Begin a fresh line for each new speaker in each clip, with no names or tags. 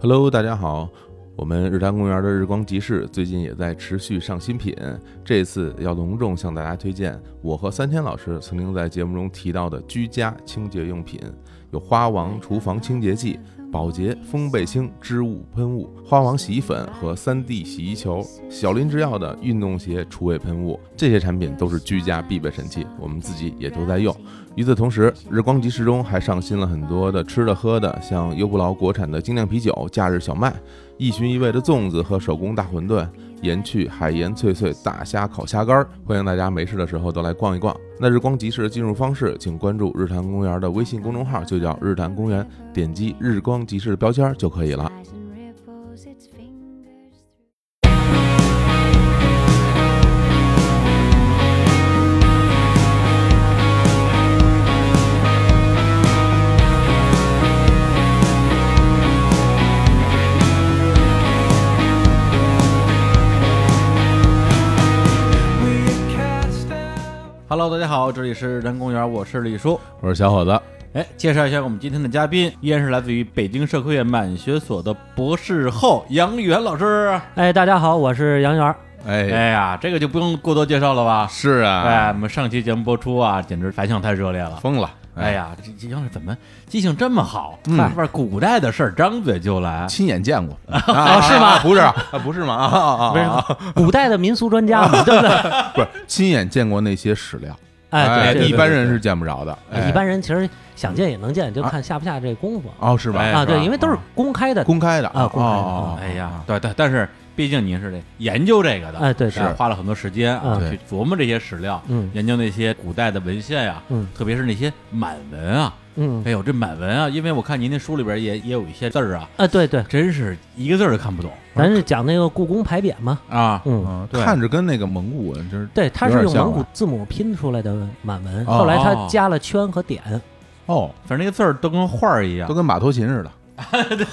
Hello，大家好，我们日坛公园的日光集市最近也在持续上新品，这次要隆重向大家推荐我和三千老师曾经在节目中提到的居家清洁用品，有花王厨房清洁剂、宝洁风贝清织物喷雾、花王洗衣粉和三 D 洗衣球、小林制药的运动鞋除味喷雾，这些产品都是居家必备神器，我们自己也都在用。与此同时，日光集市中还上新了很多的吃的喝的，像优布劳国产的精酿啤酒、假日小麦、一寻一味的粽子和手工大馄饨，盐趣海盐脆脆大虾烤虾干儿。欢迎大家没事的时候都来逛一逛。那日光集市的进入方式，请关注日坛公园的微信公众号，就叫日坛公园，点击日光集市的标签儿就可以了。
Hello，大家好，这里是人公园，我是李叔。
我是小伙子，
哎，介绍一下我们今天的嘉宾，依然是来自于北京社科院满学所的博士后杨元老师。
哎，大家好，我是杨元儿。
哎，
哎呀，这个就不用过多介绍了吧？
是啊，
哎，我们上期节目播出啊，简直反响太热烈了。
疯了，
哎，呀，这这杨老师怎么记性这么好？
嗯
是不是古代的事儿张嘴就来？
亲眼见过 啊？是吗？不是啊，不是吗？啊啊
不是古代的民俗专 家嘛，对不对？
不是亲眼见过那些史料，
哎，对，对
一
对哎
般哎人是见不着的，
一般人其实想见也能见，就看下不下这功夫
哎哦是吧？
哎
啊。
是吧
对，因为都是公开的，
公开的
啊公开的
哦哦哦
哎呀，对对，但是毕竟您是这研究这个的，
哎，对，
是
对
花了很多时间啊，
嗯
去琢磨这些史料，
嗯
研究那些古代的文献呀、
嗯
特别是那些满文啊。
嗯，
哎呦，这满文啊，因为我看您那书里边也也有一些字儿啊，
啊，对
嗯
对，
真是一个字儿都看不懂
咱是讲那个故宫牌匾嘛，
啊。
嗯，
嗯，
对
看着跟那个蒙古文就是
对，它
有点
是用
像
蒙古
啊
字母拼出来的满文，
哦
后来
哦
它加了圈和点，
哦，
反正那个字儿都跟画儿一样
都，跟马头琴似的，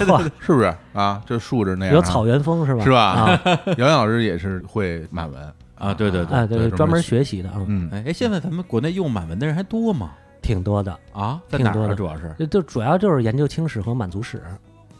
嚯，
是不是啊？这竖 着那样啊
有草原风是吧？
是吧
啊，
杨洋老师也是会满文，
啊，对对对。
哎，
对
对，专门学习的啊，
嗯，
哎，哎现在咱们国内用满文的人还多吗？
挺多的，
啊，在
挺
哪儿
多
啊？
的
主要是
就就主要就是研究清史和满族史，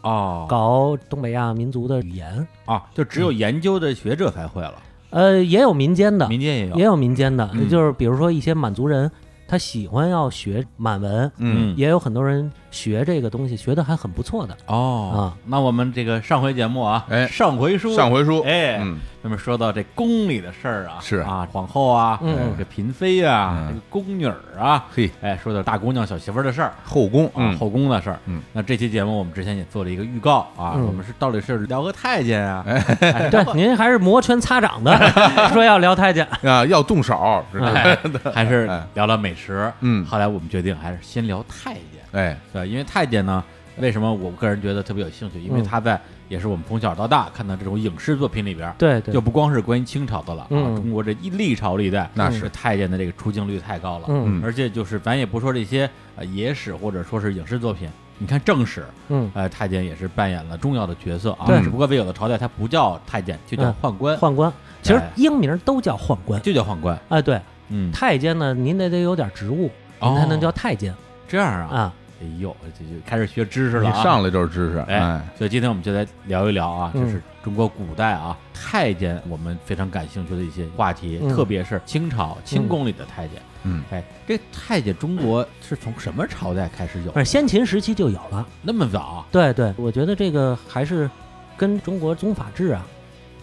哦
搞东北亚民族的语言。
啊，就只有研究的学者才会了，
呃，也有民间的，
民间也有。
也有民间的，
嗯
就是比如说一些满族人，他喜欢要学满文，
嗯，
也有很多人学这个东西，学的还很不错的。
哦
啊，
那我们这个上回节目啊，
哎
上回书，
上回书，
哎，
嗯，
那么说到这宫里的事儿啊，
是
啊，皇后啊，
嗯
这嫔妃啊，
嗯
这个宫女儿啊，
嘿，
哎，说到大姑娘小媳妇儿的事儿。
后宫
啊，
嗯
后宫的事儿。
嗯，
那这期节目我们之前也做了一个预告啊，
嗯
我们是到底是聊个太监啊，哎
对，您还是摩拳擦掌的 说要聊 太监，
啊，要动手，是吧
哎 还是聊聊美食。
嗯
后来我们决定还是先聊太监，
哎，
对，因为太监呢，为什么我个人觉得特别有兴趣？因为
嗯
他在也是我们从小到大看到这种影视作品里边，
对对
就，不光是关于清朝的了啊，
嗯
中国这一历朝历代，
那
是太监的这个出镜率太高了。
嗯
而且就是咱也不说这些呃野史或者说是影视作品，你看正史，
嗯，
呃，太监也是扮演了重要的角色啊。
对嗯
只不过在有的朝代它不叫太监，就叫宦官，
宦官其实
嗯哎
英名都叫宦官。
就叫宦官。
哎，对，
嗯，
太监呢，您得得有点职务，您才能叫太监
这样哦啊。
啊。
哎呦，这就开始学知识
你
了啊。
上来就是知识，
哎
哎，，
所以今天我们就来聊一聊啊，
嗯
就是中国古代啊太监，我们非常感兴趣的一些话题，
嗯
特别是清朝清宫里的太监。
嗯，
哎，这太监中国是从什么朝代开始有？
反正先秦时期就有了。
那么早？啊
对对，我觉得这个还是跟中国宗法制啊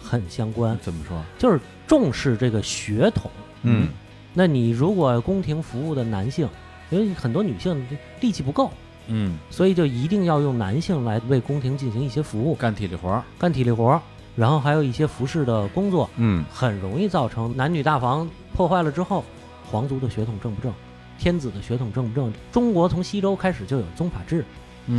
很相关，
怎么说？
就是重视这个血统。
嗯
那你如果宫廷服务的男性，因为很多女性力气不够，
嗯，
所以就一定要用男性来为宫廷进行一些服务，
干体力活儿。
干体力活儿，然后还有一些服饰的工作，
嗯，
很容易造成男女大防破坏了之后，皇族的血统正不正，天子的血统正不正？中国从西周开始就有宗法制，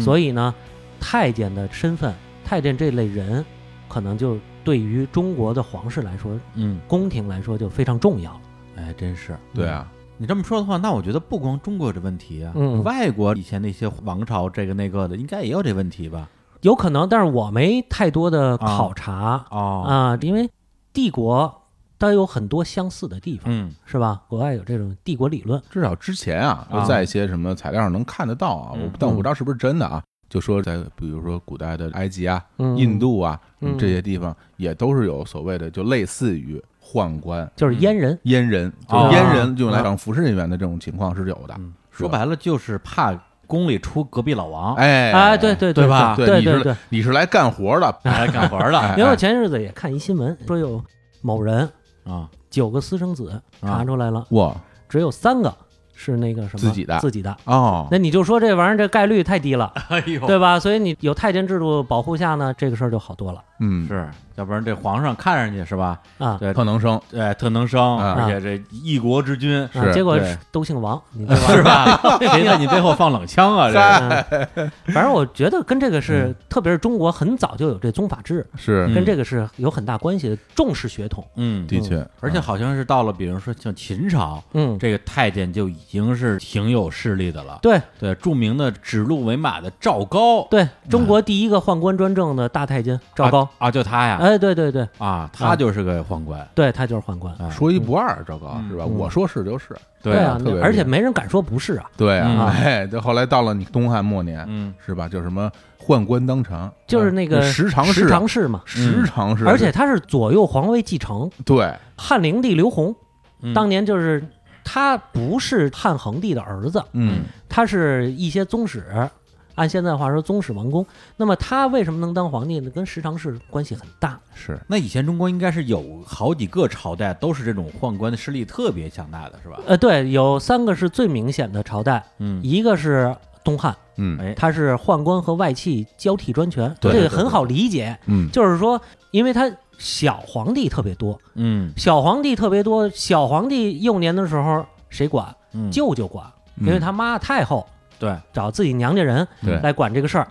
所
以，
以呢，太监的身份，太监这类人，可能就对于中国的皇室来说，
嗯，
宫廷来说就非常重要了。
哎，真是。
对啊，
你这么说的话，那我觉得不光中国有这问题啊，
嗯
外国以前那些王朝这个那个的，应该也有这问题吧？
有可能，但是我没太多的考察啊、
哦，
因为帝国它有很多相似的地方，
嗯
是吧？国外有这种帝国理论，
至少之前啊，
啊
在一些什么材料上能看得到啊，
嗯
我但我不知道是不是真的啊。
就说在比如说古代的埃及啊、
嗯
印度啊、
嗯
这些地方，也都是有所谓的，就类似于宦官、
就是阉人，
阉人，就
哦
是阉人用来当服侍人员的这种情况是有的。
嗯
是
说
吧
白了就是怕宫里出隔壁老王，
哎
哎，对对
对吧
对
你
对
是你是来干活的，
来干活的
哎
因为我前日子也看一新闻，说有某人
啊，
九个私生子查出来了，
哇
只有三个是那个什
啊
么
自己的
自己的。
哦，
那你就说这玩意儿这概率太 低了，
哎呦，
对吧？所以你有太监制度保护下呢，这个事儿就好多了
嗯，
是，要不然这皇上看上去是吧？
啊。
对
特能生，
对，特能生，
啊
而且这一国之君
是
啊结果
对
都姓王，你知道吧？
是吧？谁在你背后放冷枪啊？这个
嗯 反正我觉得跟这个是，特别是中国很早就有这宗法制，
是
嗯
跟这个是有很大关系的，重视血统。
嗯，
的确，
而且好像是到了，比如说像秦朝，
嗯，
这个太监就已经是挺有势力的了。
对
对，著名的指鹿为马的赵高，
对，中国第一个宦官专政的大太监赵高，
啊，就他呀，
哎，对对对
啊，他就是个宦官，
对，他就是宦官。
哎
说一不二，赵高
嗯
是吧？
啊嗯
我说是就是，
对
啊
特别，
而
厉
且
害
没人敢说不是啊，
对啊，
嗯
哎，对，后来到了你东汉末年，
嗯，
是吧？就什么宦官当常，
就是那个
十常
啊
十
侍，
常侍嘛。
十常侍，
而且他是左右皇位继承，
对，
汉灵帝刘宏
嗯
当年就是他不是汉恒帝的儿子，
嗯
他是一些宗室，按现在话说宗室王公。那么他为什么能当皇帝呢？跟十常侍关系很大。
嗯是，
那以前中国应该是有好几个朝代都是这种宦官的势力特别强大的，是吧？
呃，对，有三个是最明显的朝代，
嗯，
一个是东汉，
嗯
哎
它是宦官和外戚交替专权，
对
这
对
个
对
很好理解，
嗯，
就是说，因为他小皇帝特别多，
嗯
小皇帝特别多，小皇帝幼年的时候谁管？
嗯，
舅舅管，因为他妈太后
对，
找自己娘家人
对
来管这个事儿，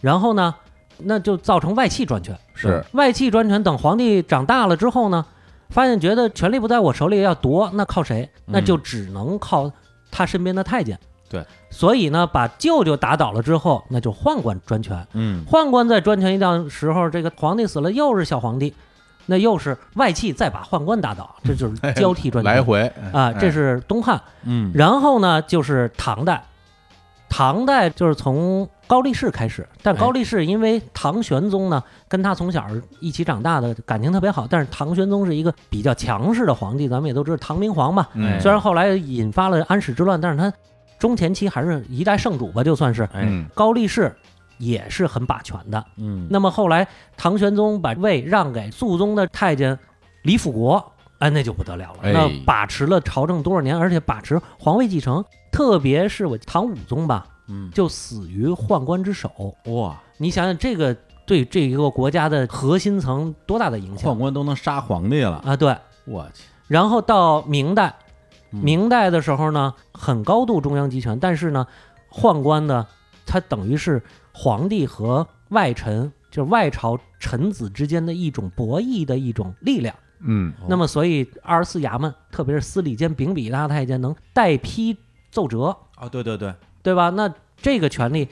然后呢，那就造成外戚专权。
是
外戚专权，等皇帝长大了之后呢，发现觉得权力不在我手里，要夺，那靠谁？那就只能靠他身边的太监。
对，
所以呢，把舅舅打倒了之后，那就宦官专权。
嗯
宦官在专权一段时候，这个皇帝死了，又是小皇帝，那又是外戚再把宦官打倒，这就是交替专权。
来回
啊，这是东汉。
嗯，
然后呢，就是唐代，唐代就是从高力士开始，但
哎
高力士因为唐玄宗呢跟他从小一起长大的感情特别好，但是唐玄宗是一个比较强势的皇帝，咱们也都知道唐明皇嘛，
嗯
哎
虽然后来引发了安史之乱，但是他中前期还是一代圣主吧，就算是
哎，
嗯
高力士。也是很把权的。
嗯，
那么后来唐玄宗把位让给肃宗的太监李辅国，哎，那就不得了了，
哎
那把持了朝政多少年，而且把持皇位继承，特别是我唐武宗吧，
嗯，
就死于宦官之手。
哇，
你想想，这个对这一个国家的核心层多大的影响
宦官都能杀皇帝了，
啊？对。
我去，
然后到明代，
嗯
明代的时候呢，很高度中央集权，但是呢，宦官呢，他等于是皇帝和外臣，就是外朝臣子之间的一种博弈的一种力量。
嗯
哦
那么，所以二十四衙门，特别是司礼监、秉笔大太监，能代批奏折，
哦，对对对，
对吧？那这个权力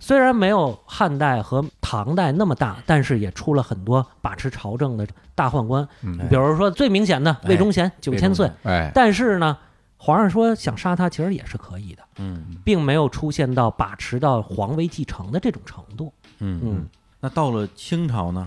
虽然没有汉代和唐代那么大，但是也出了很多把持朝政的大宦官，
嗯
哎，
比如说最明显的魏忠贤九
魏
千
忠
岁
贤，
哎，
但是呢，皇上说想杀他，其实也是可以的，
嗯
并没有出现到把持到皇位继承的这种程度。
嗯
嗯，
那到了清朝呢？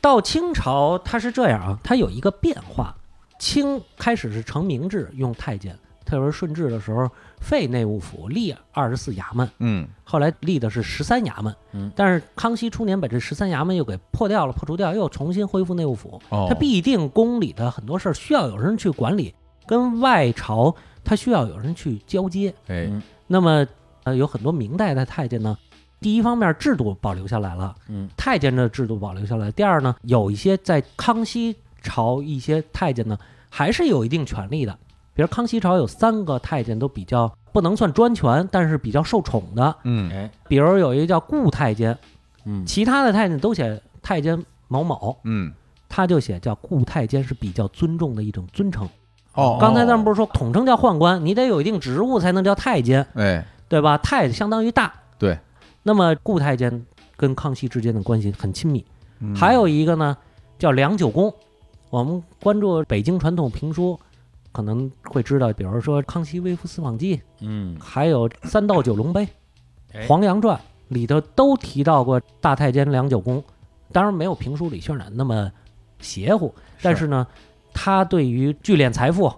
到清朝，它是这样啊，它有一个变化。清开始是成明制，用太监，特别是顺治的时候废内务府，立二十四衙门，
嗯
后来立的是十三衙门。
嗯
但是康熙初年把这十三衙门又给破掉了，破除掉，又重新恢复内务府。
哦，
它必定宫里的很多事儿需要有人去管理，跟外朝它需要有人去交接。
哎
嗯
那么呃，有很多明代的太监呢，第一方面制度保留下来了，
嗯
太监的制度保留下来；第二呢，有一些在康熙朝一些太监呢，还是有一定权力的。比如康熙朝有三个太监都比较不能算专权，但是比较受宠的。
嗯
哎
比如有一个叫顾太监，
嗯
其他的太监都写太监某某，
嗯
他就写叫顾太监，是比较尊重的一种尊称。
哦，
刚才咱们不是说统称叫宦官，你得有一定职务才能叫太监。
哎
对吧？太相当于大。
对。
那么顾太监跟康熙之间的关系很亲密。
嗯
还有一个呢，叫梁九公。我们关注北京传统评书，可能会知道，比如说《康熙微服私访记》，
嗯
还有《三道九龙杯
哎》
《黄羊传》里头都提到过大太监梁九公，当然没有评书里渲染那么邪乎，但是呢，他对于聚敛财富、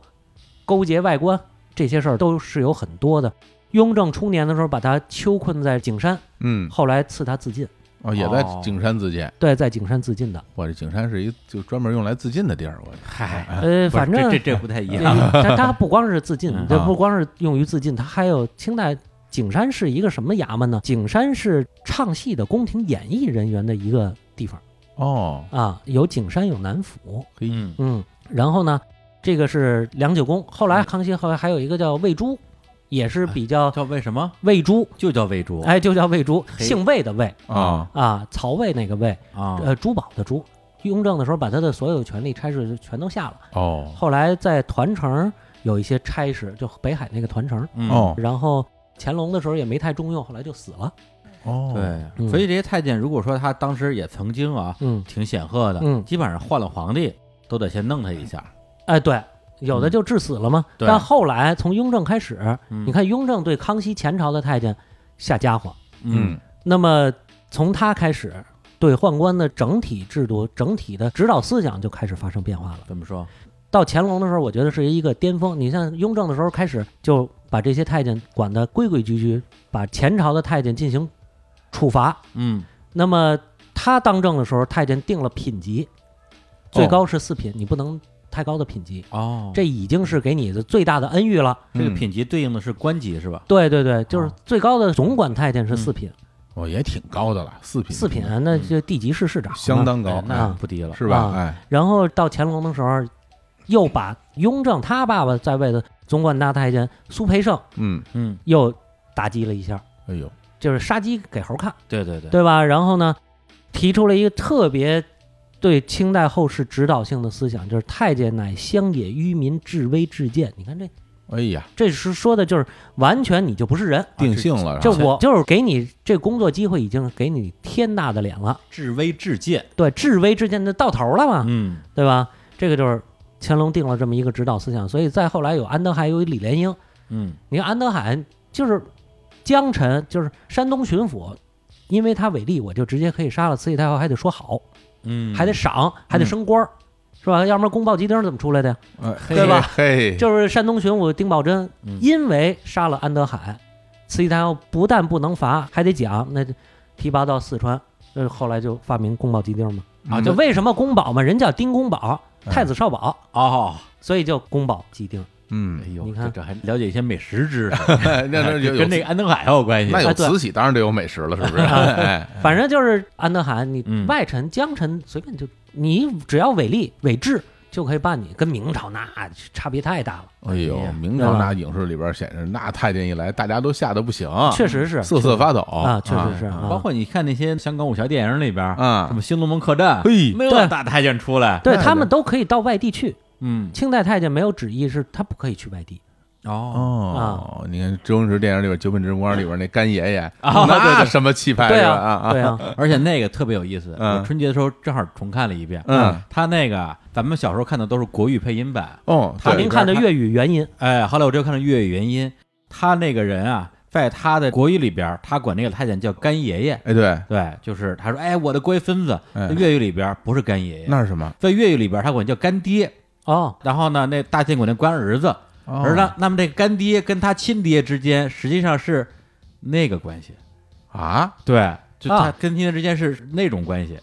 勾结外官这些事儿都是有很多的。雍正初年的时候，把他囚困在景山，
嗯，
后来赐他自尽。
哦，也在
哦
景山自尽。
对，在景山自尽
啊
的。
我这景山是一就专门用来自尽的地儿，我
嗨，
呃，
不是
反正
这这这不太一
呃
样，
他他不光是自尽
嗯，
这不光是用于自尽，他还有清代景山是一个什么衙门呢？景山是唱戏的宫廷演艺人员的一个地方
哦，
啊，有景山，有南府，
嘿
嗯，嗯
嗯，然后呢，这个是梁九公，后来康熙后来还有一个叫魏珠，也是比较
叫为什么
魏珠，
就叫为主
哎，就叫魏珠，
哦嘿
姓魏的魏
啊，
啊，曹魏那个魏，
啊？
呃，珠宝的珠。雍正的时候，把他的所有权力差事全都下了。
哦，
后来在团城有一些差事，就北海那个团城。
嗯，
哦，
然后乾隆的时候也没太重用，后来就死了。
哦，，
对，
嗯
所以这些太监如果说他当时也曾经啊
嗯，
挺显赫的，
嗯
基本上换了皇帝都得先弄他一下，
哎，对，有的就致死了嘛。
嗯对
但后来从雍正开始，
嗯
你看雍正对康熙前朝的太监下家伙，
嗯，
那么从他开始，对宦官的整体制度、整体的指导思想就开始发生变化了。
怎么说？
到乾隆的时候，我觉得是一个巅峰。你像雍正的时候开始，就把这些太监管得规规矩矩，把前朝的太监进行处罚。
嗯，
那么他当政的时候，太监定了品级，最高是四品，你不能太高的品级，
哦，
这已经是给你的最大的恩遇
嗯
了。
这个品级对应的是官级是吧？
对对对，就是最高的总管太监是四品，
哦也挺高的了，四品，
四品那就地级市市长
嗯
嘛，
相当高
哎，那不低了，
是吧？
啊
哎，
然后到乾隆的时候，又把雍正他爸爸在位的总管大太监苏培盛
嗯，
嗯，
又打击了一下，
哎呦，
就是杀鸡给猴看，
对对对，
对吧？然后呢，提出了一个特别对清代后世指导性的思想，就是太监乃乡野愚民治威治贱。你看这
哎呀，
这是说的就是完全你就不是人。
定性了，
啊就是
吧
我就是给你这工作机会已经给你天大的脸了，
至威至贱，
对，治威治贱就到头了嘛。
嗯，
对吧？这个就是乾隆定了这么一个指导思想，所以再后来有安德海，有李莲英。
嗯，
你看安德海就是江臣，就是山东巡抚，因为他违例，我就直接可以杀了慈禧太后，还得说好，
嗯，
还得赏，还得升官儿，是吧？要不然宫爆鸡丁怎么出来的呀？
哎
对吧
嘿，
就是山东巡抚丁宝桢
嗯，
因为杀了安德海，慈禧太后不但不能罚，还得奖，那就提拔到四川。呃，后来就发明宫保鸡丁嘛，
啊
嗯
就为什么宫保嘛，人叫丁公保，太
哎
子少保，
哦，
所以叫宫保鸡丁。
嗯
哎，呦，
你看
这这还了解一些美食知识，
那那有有
跟那个安德海还有关系，
那有
哎对
慈禧，当然得有美食了，是不是？哎，
反正就是安德海，你
嗯
外臣、江臣随便就，你只要违例违制就可以办你，跟明朝那差别太大了，
哎呦
哎呀，
明朝那影视里边显示，那太监一来，大家都吓得不行，
确实是
瑟瑟发抖
啊，确实是
包
啊。
括你看那些香港武侠电影里边，什
啊
么，《新龙门客栈》，
嘿
没有
哎对
大太监出来，
对
那
他
就
们都可以到外地去，
嗯，
清代太监没有旨意是他不可以去外地。
哦，
哦，你看周星驰电影里边《九品芝麻官》里边那干爷 爷，
啊对
那
对
什么气派
对
是吧
啊，
啊
对
啊，
啊，
而且那个特别有意思，
嗯
我春节的时候正好重看了一遍，
嗯，
他那个咱们小时候看的都是国语配音版，
哦，
他
他
对
您看的粤语原音，
哎，后来我就看了粤语原音，他那个人啊，在他的国语里边，他管那个太监叫干爷爷，
哎对，
对，就是他说，哎，我的乖孙子，
哎
在粤语里边不是干爷爷，
那是什么？
在粤语里边他管叫干爹，
哦，
然后呢，那大监管那干儿子，
哦
而那那么这个干爹跟他亲爹之间实际上是那个关系，
啊，
对，就他
啊
跟亲爹之间是那种关系，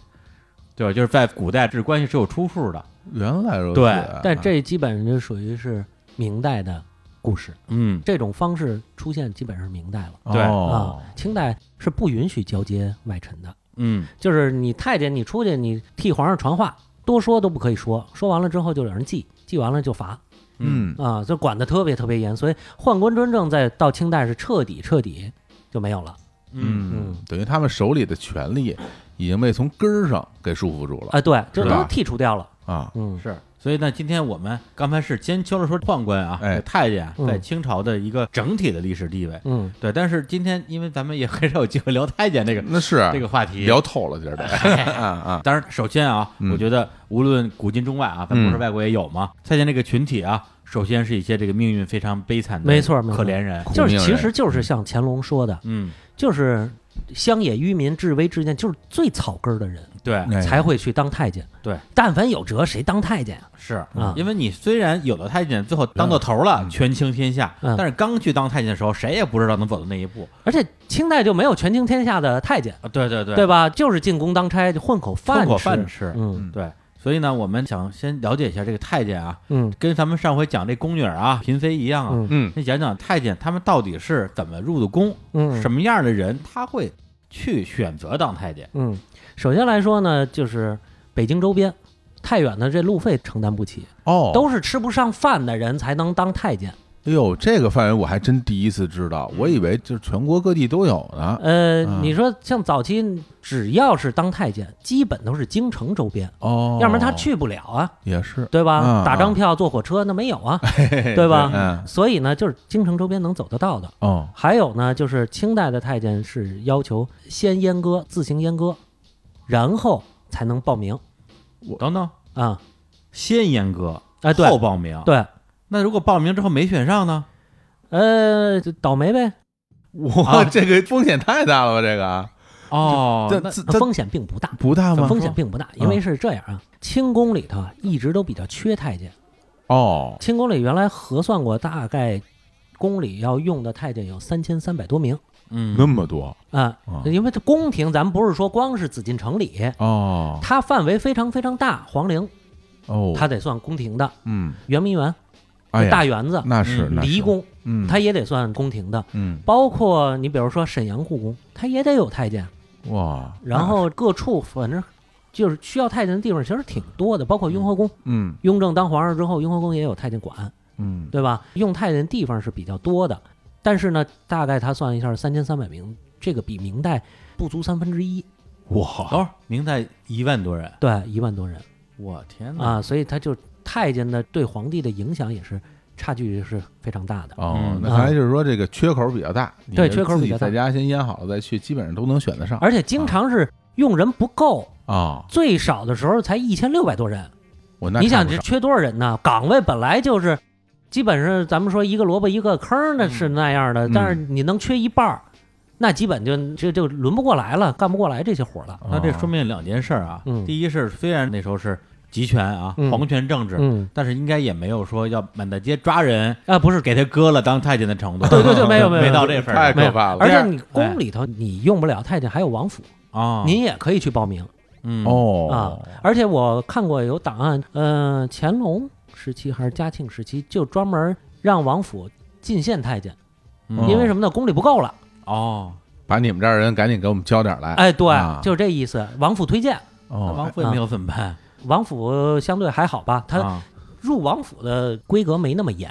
对吧？就是在古代这关系是有出处的，
原来如此。
对
啊
但这基本上就属于是明代的故事，
嗯，
这种方式出现基本上是明代了
对
哦
啊，。清代是不允许交接外臣的。
嗯，
就是你太监，你出去你替皇上传话，多说都不可以说，说完了之后就有人记，记完了就罚
嗯
啊，就管得特别特别严。所以宦官专政在到清代是彻底彻底就没有了
嗯
嗯，
等于他们手里的权力已经被从根儿上给束缚住了
啊，对，这
是
都
吧
剔除掉了。
啊。
嗯，
是。所以呢，今天我们刚才是先敲了说宦官啊，
哎
太监啊
嗯
在清朝的一个整体的历史地位，
嗯，
对。但是今天因为咱们也很少有机会聊太监 这个
那是
这个话题，
啊聊透了，今 儿得啊啊，
当然，首先啊，
嗯
我觉得无论古今中外啊，咱不是外国也有嘛，太监这个群体啊，首先是一些这个命运非常悲惨的，
没错没
可
错
怜人，
苦
就是
命
其
人
实就是像乾隆说的，
嗯
就是乡野愚民、治为之见，就是最草根儿的人
对，
哎
才会去当太监。
对，
但凡有辙，谁当太监啊？
是
嗯
因为你虽然有了太监，最后当到头了，权倾天下，
嗯
但是刚去当太监的时候，谁也不知道能走到那一步
而且清代就没有权倾天下的太监，
啊！对对对
对吧？就是进宫当差，就混口饭
混
吃。
口饭吃，
嗯
对。所以呢，我们想先了解一下这个太监啊，
嗯
跟咱们上回讲这宫女儿啊、嫔妃一样啊，
嗯
嗯
先讲讲太监他们到底是怎么入的宫，
嗯，
什么样的人他会去选择当太监？
嗯，首先来说呢，就是北京周边。太远的这路费承担不起，
哦，
都是吃不上饭的人才能当太监。
哎呦，这个范围我还真第一次知道，我以为就是全国各地都有呢。
呃，
啊
你说像早期，只要是当太监，基本都是京城周边，
哦，
要不然他去不了
哦
啊，
也是，
对吧？
嗯
打张
嗯
票坐火车那没有啊，
对
吧
嗯，
所以呢，就是京城周边能走得到的。
哦，
还有呢，就是清代的太监是要求先阉割，自行阉割，然后才能报名
等等，
啊。
先阉割，
哎对
后报名。
对，
那如果报名之后没选上呢？
呃，就倒霉呗，
哇，
啊
这个风险太大了吧？这个，啊
哦，
这
那
这这
风险并不大，
不大吗？嗯
风险并不大，因为是这样啊，清宫里头啊一直都比较缺太监。
哦，
清宫里原来核算过，大概宫里要用的太监有三千三百多名
嗯，
那么多
啊、
啊
因为这宫廷，咱们不是说光是紫禁城里，
哦
它范围非常非常大，皇陵
哦，
它得算宫廷的，
嗯，
圆明园、
哎呀
大啊园子、
那是
嗯
那是
离，宫，
嗯，
它也得算宫廷的。
嗯
包括你比如说沈阳故宫，它也得有太监，
哇，
然后各处反正就是需要太监的地方其实挺多的，包括雍和宫，
嗯
雍正当皇上之后，雍和宫也有太监管，
嗯
对吧？用太监地方是比较多的，但是呢，大概他算一下三千三百名，这个比明代不足三分之一，
哇，
等会儿明代一万多人，
对，一万多人
我天哪！
啊，所以他就太监的对皇帝的影响也是差距是非常大的。
哦
嗯，
那
啊
看来就是说这个缺口比较大，你
对
是
缺口
自
比
己
较大
在家先腌好了再去，基本上都能选得上
而且经常是用人不够，
啊。
最少的时候才一千六百多人。
我那
你想
看不
这
上
缺多少人呢？岗位本来就是，基本上咱们说一个萝卜一个坑儿那是那样的，
嗯
但是你能缺一半儿，那基本就这就轮不过来了，干不过来啊这些活儿了。
那这
哦
说明两件事儿啊
嗯，
第一是虽然那时候是集权啊，
嗯
皇权政治，
嗯
但是应该也没有说要满大街抓人，
啊，不是
给他割了当太监的程度。
对对对没有没有
没到这份
太
儿上
可怕了
这
而且
样
你宫里头你用不了太监，还有王府，
啊。
您也可以去报名
嗯
哦
啊。而且我看过有档案，嗯，乾隆时期还是嘉庆时期，就专门让王府进献太监，
哦
嗯
因为什么呢？宫里不够了。
哦，
把你们这儿人赶紧给我们交点儿来。
哎，对
啊，
就这意思。王府推荐，
那
哦
王府也没有怎么办？
王府相对还好吧，啊他
啊
入王府的规格没那么严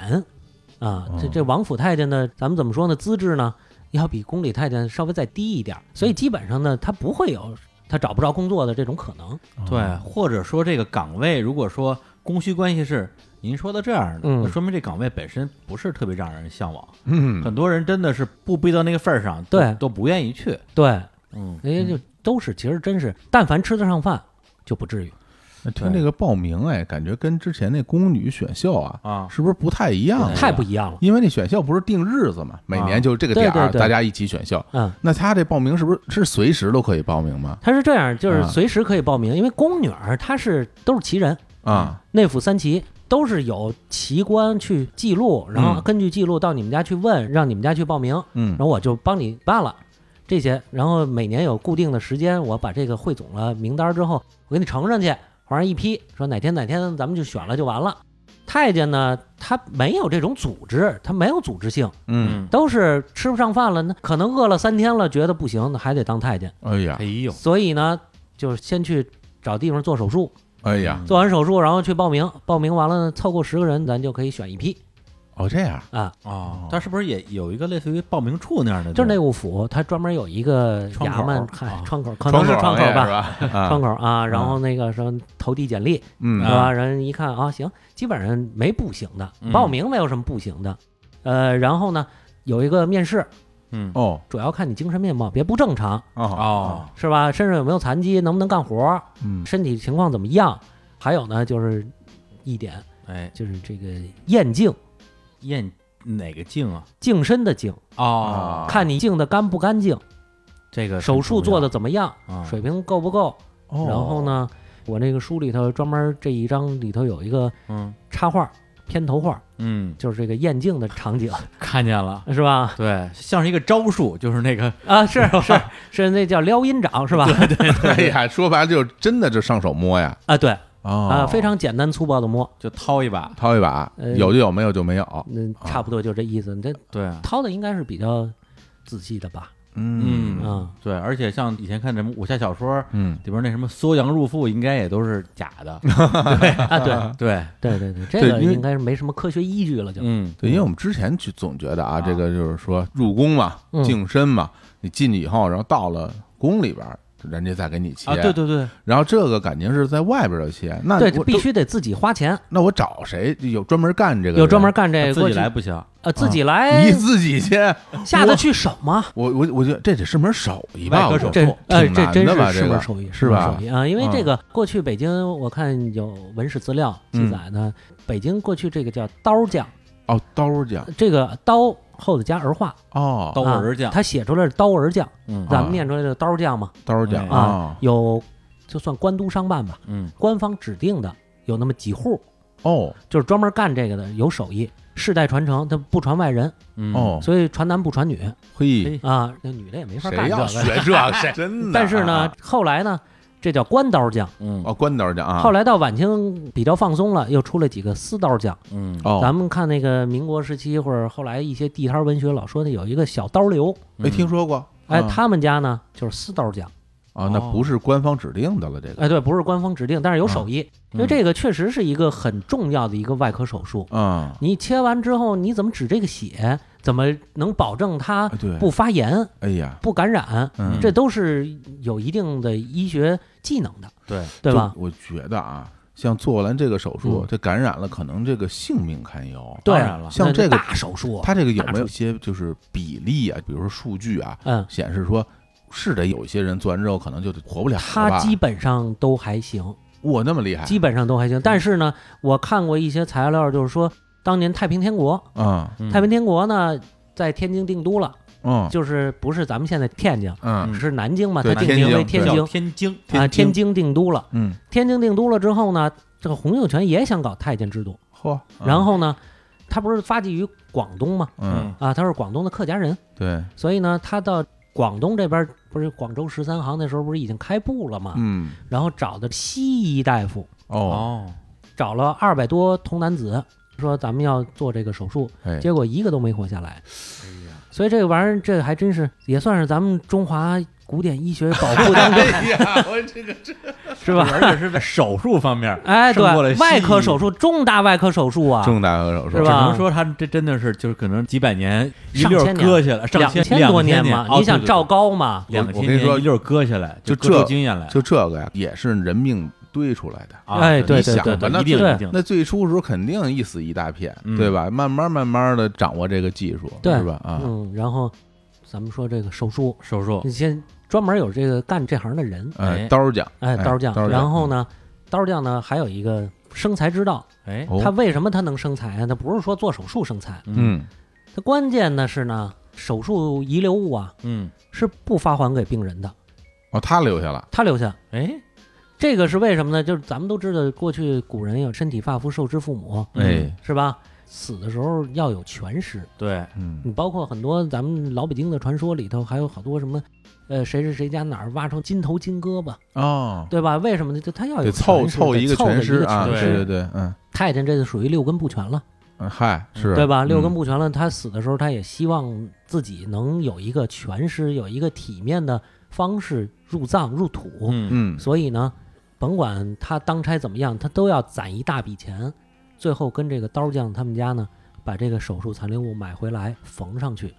啊。这
哦
这王府太监呢，咱们怎么说呢？资质呢，要比宫里太监稍微再低一点儿，所以基本上呢，他不会有他找不着工作的这种可能。
哦
嗯啊
对，或者说这个岗位，如果说供需关系是您说的这样的，
嗯
那说明这岗位本身不是特别让人向往，
嗯
很多人真的是不逼到那个份儿上，都
对
都不愿意去。
对，
嗯，
人家就都是，其实真是，但凡吃得上饭，就不至于。
那听这个报名，哎，感觉跟之前那宫女选秀啊，
啊，
是不是不太一样？
太不一样了。
因为那选秀不是定日子嘛，每年就这个点
对
儿
对对
大家一起选秀。
嗯，
那他这报名是不是是随时都可以报名吗？
他是这样，就是
啊
随时可以报名，因为宫女儿她是都是旗人，
啊，
内府三旗都是有旗官去记录，然后
嗯
根据记录到你们家去问，让你们家去报名，
嗯
然，后我就帮你办了这些。然后每年有固定的时间，我把这个汇总了名单之后，我给你呈上去，皇上一批，说哪天哪天咱们就选了就完了。太监呢，他没有这种组织，他没有组织性，
嗯，
都是吃不上饭了，那可能饿了三天了，觉得不行，那还得当太监，
哎呀
哎，呦，
所以呢，就是先去找地方做手术，
哎呀，
嗯
做完手术，然后去报名，报名完了呢，凑够十个人，咱就可以选一批。啊
哦这样，
哦，但是不是也有一个类似于报名处那样的地
就
儿？
是内务府，它专门有一个
窗口
衙门，嗨，
啊
窗口可能是窗口
行业
吧，
是吧？
窗
啊，
口啊，然后那个什么投递简历是
嗯
啊
吧？人一看啊，行，基本上没不行的
嗯，
报名没有什么不行的。呃，然后呢，有一个面试，
嗯
哦
主要看你精神面貌，别不正常，
哦，
是吧？身上有没有残疾，能不能干活，
嗯，
身体情况怎么样？还有呢，就是一点
哎，
就是这个验镜，
验哪个镜啊？
净身的净，
哦
啊
看你净的干不干净。
这个
手术做
的
的怎么样，
嗯
啊
水平够不够。
哦
然后？呢，我那个书里头专门这一章里头有一个
嗯
插画片头画，
嗯，
就是这个验镜的场 景，
看见了，
是吧？
对，像是一个招数，就是那个
啊，是 是是，那叫撩阴掌是吧？
哎呀，说白了就真的就上手摸呀，
啊，对
啊
啊，非常简单粗暴的摸，
就掏一把，
掏一把，
呃
有就有，没有就没有。
嗯，差不多就这意思。你这
对，
掏的应该是比较仔细的吧？
嗯
嗯，
对，而且像以前看什么武侠小说
嗯，
里边那什么缩阳入腹，应该也都是假 的，
啊， 对
对，
对对对，这
对
个
因为
应该是没什么科学依据了，就
嗯，
对，因为我们之前去总觉得啊，
啊
这个就是说入宫嘛
嗯，
净身嘛，你进去以后，然后到了宫里边儿，人家再给你切。
啊，对对对，
然后这个感情是在外边儿的切，那
对，
我
必
都
须得自己花钱，
那我找谁有专门干这个？
有专门，干这
他
个
自
过
己
去
来不行，
呃自己
你
来
自己切。
下得去手吗？
我我我觉得这得是门手艺吧，
外科
我
手
这哎，
挺
这
难
真
的吧
是是
这
门
个
手艺，
是
门
吧
手艺啊，因为这
嗯
个过去北京，我看有文史资料记载呢，
嗯
北京过去这个叫刀匠，
哦，刀匠
这个刀后头加儿化，
哦，
刀儿匠
啊他写出来是刀儿匠，
啊
嗯
咱们念出来的刀匠嘛，
刀匠
哎
啊，
有就算官督商办吧，
嗯
官方指定的有那么几户，
哦
就是专门干这个的，有手艺，世代传承，他不传外人，
嗯，
哦，
所以传男不传女
嘿
嘿，
啊，那女的也没法
谁
干这
要
个。
学这 个？谁真的？
但是呢
啊，，
后来呢，这叫官刀匠。
嗯
哦，关刀匠啊，
后来到晚清比较放松了，又出了几个私刀匠。
嗯
哦，
咱们看那个民国时期或者后来一些地摊文学老说的有一个小刀流，
嗯
没听说过。
哎，
啊
他们家呢就是私刀匠，
啊，那
哦
不是官方指定的了，这个
哎，对，不是官方指定，但是有手艺，因为
嗯
这个确实是一个很重要的一个外科手术。
啊，
你切完之后，你怎么止这个血？怎么能保证它
哎对，
啊不发炎、
哎呀，
不感染？
嗯，
这都是有一定的医学技能的，
对，
对吧？
就我觉得啊，像做完这个手术
嗯，
这感染了，可能这个性命堪忧。
对
当
啊
然了
像
那
这个
大手术，
他这个有
大
没有
出
一些就是比例啊？比如说数据啊，
嗯，
显示说是得有一些人做完之后可能就活不了了
他
吧哎
基本上都还行，
哇那么厉害
基本上都
嗯
还行。但是呢，我看过一些材料，就是说当年太平天国，
啊，
嗯
太平天国呢在天津定都了，
嗯
就是不是咱们现在天津，
嗯
是南京嘛？
对
它
天
定
津
名为
对
天
叫
津
天津，
啊，天津定都了。
嗯，
天津定都了之后呢，这个洪秀全也想搞太监制度，
嚯，嗯
然后呢，他不是发迹于广东吗？
嗯，
啊，他是广东的客家人，
对，
所以呢，他到广东这边不是广州十三行那时候不是已经开埠了吗？
嗯，
然后找的西医大夫，
哦，
哦，
找了二百多童男子，说咱们要做这个手术，
哎，
结果一个都没活下来。所以这个玩意儿，这还真是也算是咱们中华古典医学保 护当中
哎呀，我这个
是吧？
而且是在 手术方面，
哎，
胜过了
对，
西医
外科手术，重大外科手术啊，
重大额手术
是
只
吧
能说他这真的是就是可能几百年一溜儿
上千年
割下来，上
两
千
千多年嘛，
哦
你想
对对对啊
赵高嘛，
两
我
千
跟你
年
说
一溜儿割下来，
就
割出
这
经验来，
就这个呀，也是人命堆出来的。
啊
哎对
你
对
想
对
吧
对
一定
对
一定，
那最初的时候肯定一死一大片，
嗯
对吧？慢慢慢慢的掌握这个技术，
对
是吧？啊，
嗯，然后咱们说这个手术，
手术
你先专门有这个干这行的人，
呃，
哎嗯
刀匠，
哎，刀匠，
刀
然后呢，刀匠呢还有一个生财之道，
哎
哦
他为什么他能生财啊？他不是说做手术生财，
嗯，
他关键的是呢，手术遗留物啊
嗯
是不发还给病人的，
哦，他留下了，
他留下。
哎
这个是为什么呢？就是咱们都知道，过去古人有身体发肤受之父母，
嗯
哎，
是吧？死的时候要有全尸。
对
嗯，
你包括很多咱们老北京的传说里头，还有好多什么，呃，谁是谁家哪儿挖出金头金胳膊，
哦，
对吧？为什么呢？就他要有
得凑
全尸
凑
得
一个
凑
全
尸
尸啊，
全
对
尸
对对，嗯，
太监这就属于六根不全了，
嗯嗨，是，
对吧？六根
嗯
不全了，他死的时候他也希望自己能有一个全尸，有一个体面的方式入葬入土。
嗯
嗯，
所以呢，甭管他当差怎么样，他都要攒一大笔钱，最后跟这个刀匠他们家呢，把这个手术残留物买回来缝上去，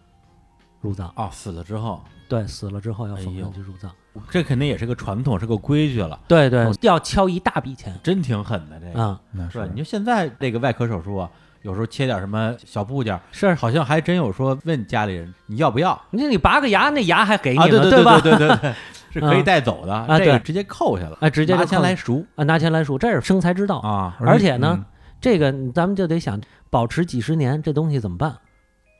入葬。
哦死了之后，
对，死了之后要
哎
缝
呦哦
上去入葬。
这肯定也是个传统，是个规矩了，
对对，要敲一大笔钱
真挺狠的这个，
啊、
那
是吧？
是
你说现在这个外科手术啊，有时候切点什么小部件，
是，
好像还真有说问家里人你要不要啊？
那你拔个牙，那牙还给你
对
呢，
啊对
吧？
对对对 对，是可以
啊
带走的，
啊
这个
对
直接扣下了，
啊，直接
拿
就
钱
扣
来赎
啊，拿钱来赎，这是生财之道。
啊，
而且呢，这个咱们就得想，保持几十年这东西怎么办？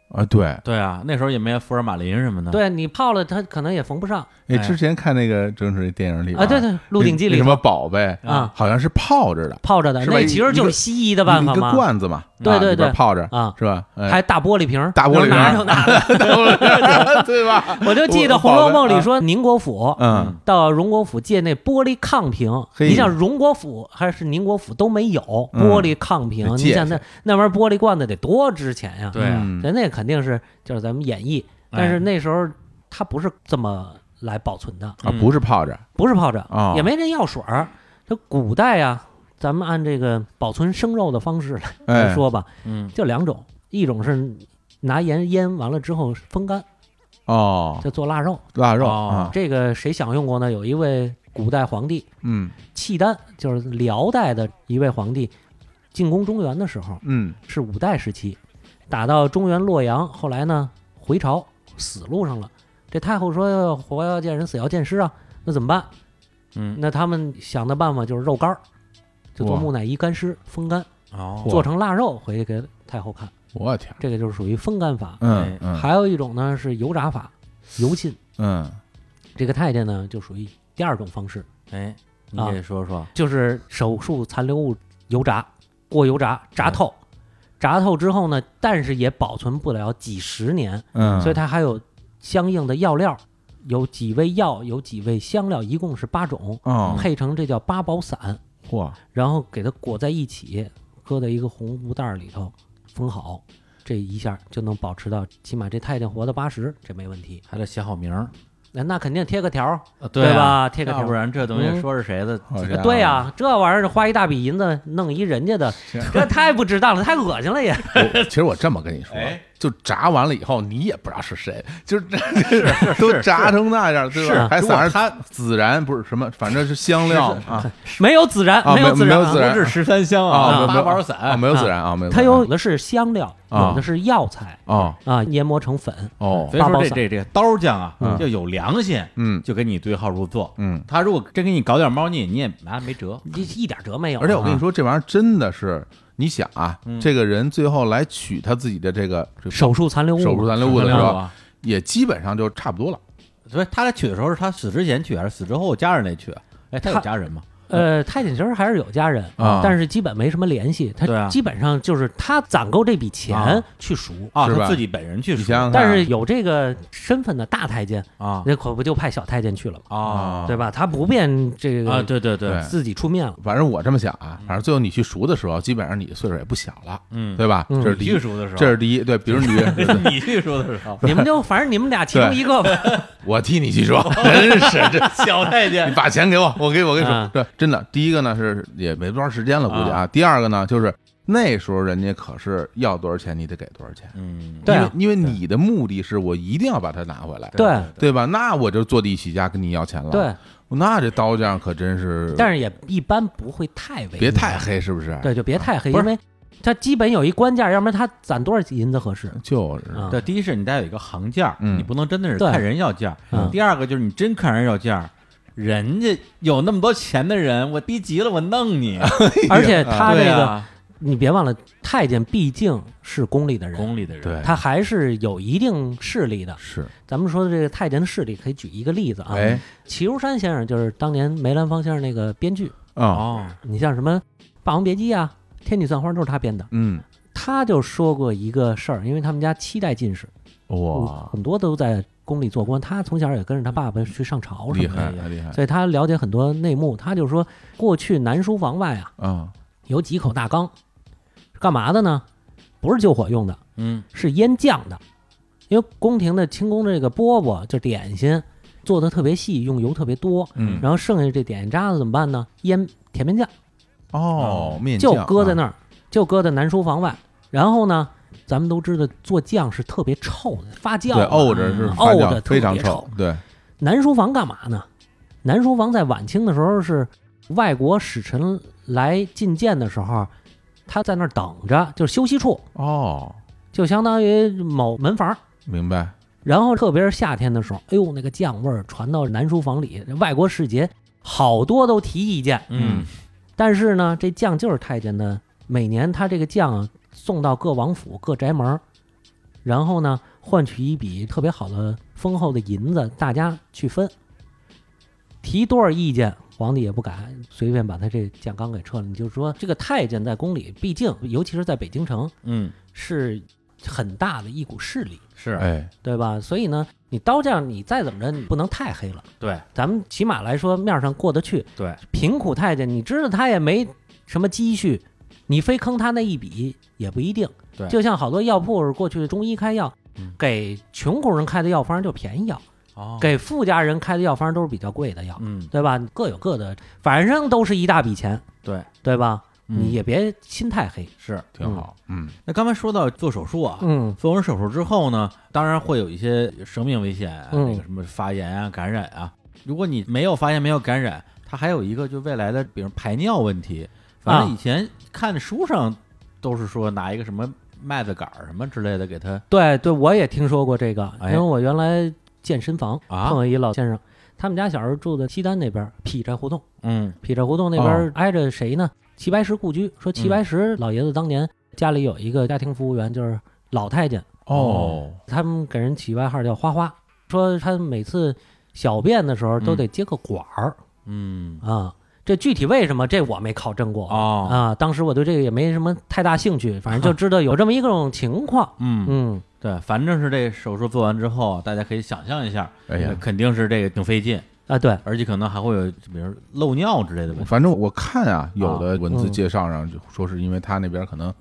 啊，对，
对啊，那时候也没有福尔马林什么的。，
对你泡了，它可能也缝不上
哎，
哎
之前看那个周星驰那电影里
啊。对，对，《鹿鼎记》
那
里
什么宝贝，
啊，
好像是泡着的，
泡着的，
是吧
那其实就是西医的办
一
法
个
嘛。
罐子嘛，
对
啊
对
里边
对
泡着
啊，
是吧？哎
还大玻璃瓶儿，
大玻璃瓶
拿
儿
着拿着，
对吧？
我就记得《
我
红楼
我
梦》里说宁国府
嗯，
到荣国府借那玻璃炕瓶，
嘿
你想荣国府还是宁国府都没有
嗯
玻璃炕瓶，
得
你
借
想那那玩意儿玻璃罐子得多值钱呀？
对啊
嗯
人那肯定是就是咱们演绎，
哎
但
哎
是那时候它不是这么来保存的，
啊，不是泡着，
不是泡着
哦，
也没人药水儿。这古代啊，咱们按这个保存生肉的方式来
哎，
说吧，
嗯，
就两种，一种是拿盐腌完了之后风干，
哦，
就做腊肉。
腊肉
哦
啊，
这个谁享用过呢？有一位古代皇帝
嗯
契丹，就是辽代的一位皇帝，进攻中原的时候
嗯，
是五代时期，打到中原洛阳，后来呢回朝死路上了。这太后说活要见人，死要见尸啊，那怎么办？
嗯，
那他们想的办法就是肉干儿，就做
哇
木乃伊干尸风干，
哦，
做成腊肉回去给太后看，
我天，
这个就是属于风干法。
嗯嗯
哎还有一种呢是油炸法，油浸。
嗯，
这个太监呢就属于第二种方式，
哎，你
啊
给说说，
就是手术残留物油炸，过油炸炸透，炸透之后呢，但是也保存不了几十年，
嗯，
所以它还有相应的药料，有几味药，有几味香料，一共是八种，
哦，
配成这叫八宝散，
嚯，
然后给它裹在一起，搁在一个红布袋儿里头封好。这一下就能保持到，起码这太监活到八十，这没问题。
还得写好名儿，
那那肯定贴个条儿，
啊
对
啊
吧？贴个条
要
儿
不，然这东西
嗯
说是谁的？
好
啊
家伙
对呀、，这玩意儿花一大笔银子弄一人家的，这太不值当了，太恶心了也。
我其实我这么跟你说
哎，
就炸完了以后，你也不知道是谁，就是 都炸成那样，对
是
吧？
啊
还撒着它孜然，不是什么，反正是香料啊
没有孜然，
啊
有孜然、
没有孜然
是十三香
啊，没
八宝散
啊，没有孜然啊，没有孜然。
它有的是香料，
啊
有的是药材
哦
啊，研磨成粉。
哦，
所以
八
说
宝
这
散
这这刀匠啊
嗯，
要有良心，
嗯
就给你对号入座。
嗯。
他如果真给你搞点猫腻，你也拿没辙。
一一点辙没有。啊
而且我跟你说，
说，
这玩意儿真的是，你想啊
嗯，
这个人最后来取他自己的这个这个
手术残留物，
手术残留物
不
的时
能
候，
啊！
也基本上就差不多了。
所以他来取的时候，是他死之前取还是死之后家人来取？哎，他有
他
家人吗？
呃，太监其实还是有家人
啊
但是基本没什么联系。
对啊
他基本上就是他攒够这笔
啊
钱去赎，
啊，
是吧
他自己本人去
你
赎
想想看
但
啊，
是有这个身份的大太监，
啊
那可不就派小太监去了吗？
哦
啊
对吧？他不便这个
啊！对对对
对，
自己出面了。
反正我这么想啊，反正最后你去赎的时候，基本上你岁数也不小了，
嗯，
对吧？
嗯
这是第
你去
一，
赎的时候，
这是第一，对，比如你
你去赎的 时候，
你们就反正你们俩其中一个吧。
我替你去 说，真是这，
小太监
你把钱给我，
嗯
我给我跟你说
啊，
对，真的，第一个呢是也没多长时间了，估计
嗯
啊，第二个呢就是那时候人家可是要多少钱你得给多少钱，
嗯，
对啊
因为因为你的目的是我一定要把它拿回来，
对
对吧？那我就坐地起价跟你要钱了，
对，，
那这刀匠可真是，
但是也一般不会太违。
别太，黑是不是？
对，就别太黑，
不是
因为它基本有一官价，要不然它攒多少银子合适
就是
啊？
对，第一是你得有一个行价，
嗯
你不能真的是
对
看人要价
嗯。
第二个就是你真看人要价，人家有那么多钱的人，我逼急了我弄你。
而且他这
对
个，
啊
你别忘了，太监毕竟是宫里的人，
宫里的人，
对，
他还是有一定势力的。
是，
咱们说的这个太监的势力，可以举一个例子啊，
哎，
齐如山先生就是当年梅兰芳先生那个编剧，
啊，
哦，
你像什么《霸王别姬》啊，《天女散花》都是他编的。
嗯，
他就说过一个事儿，因为他们家七代进士，
哇，
很多都在宫里做官。他从小也跟着他爸爸去上朝什
厉
么的，
害厉害，
所以他了解很多内幕。他就说，过去南书房外啊，
啊，
有几口大缸，是干嘛的呢？不是救火用的，
嗯，
是腌酱的。因为宫廷的清宫的这个饽饽就点心做的特别细，用油特别多，
嗯，
然后剩下这点心渣子怎么办呢？腌甜面酱，
哦，面
嗯就
酱
搁在
啊
那儿，就搁在南书房外。然后呢，咱们都知道做酱是特别臭的，发酵
对，
嘛
沤着是
嗯
发
沤
酵
着
非常
特别臭
对，
南书房干嘛呢？南书房在晚清的时候是外国使臣来觐见的时候，他在那儿等着，就是休息处，
哦，
就相当于某门房。
明白，
然后特别是夏天的时候，哎呦，那个酱味儿传到南书房里，外国使节好多都提意见，
嗯，
但是呢，这酱就是太监的，每年他这个酱啊送到各王府、各宅门儿，然后呢换取一笔特别好的丰厚的银子，大家去分。提多少意见，皇帝也不敢随便把他这建纲给撤了。你就说这个太监在宫里，毕竟尤其是在北京城
嗯，
是很大的一股势力，
是
哎，
对吧？所以呢，你刀匠你再怎么着，你不能太黑了。
对
咱们起码来说面上过得去。
对，
贫苦太监，你知道他也没什么积蓄，你非坑他那一笔也不一定。
对
就像好多药铺过去中医开药
嗯，
给穷苦人开的药方就便宜药，
哦，
给富家人开的药方都是比较贵的药，
嗯，
对吧？各有各的，反正都是一大笔钱，
对
对吧？
嗯
你也别心太黑。
是。
挺好，嗯，
那刚才说到做手术啊，
嗯
做完手术之后呢，当然会有一些生命危险啊，
嗯
那个什么发炎啊、感染啊。如果你没有发炎、没有感染，它还有一个就未来的，比如排尿问题。反正
啊
以前看书上都是说拿一个什么麦子杆儿什么之类的给它
对对，我也听说过这个，因
哎
为我原来健身房
啊
碰，到一老先生，他们家小时候住在西单那边劈柴胡同。
嗯
匹柴胡同
哦
那边挨着谁呢？齐白石故居。说
嗯
齐白石老爷子当年家里有一个家庭服务员，就是老太监，
哦，
他们给人起外号叫花花，说他每次小便的时候都得接个管儿
嗯
啊。这具体为什么，这我没考证过
哦
啊。当时我对这个也没什么太大兴趣，反 正就知道有这么一种情况。
嗯，
嗯，
对，反正是这手术做完之后，大家可以想象一下，
哎呀，
肯定是这个挺费劲，
啊，对，
而且可能还会有比如漏尿之类的问题。
反正我看啊，有
啊
的文字
嗯
介绍上就说是因为他那边可能。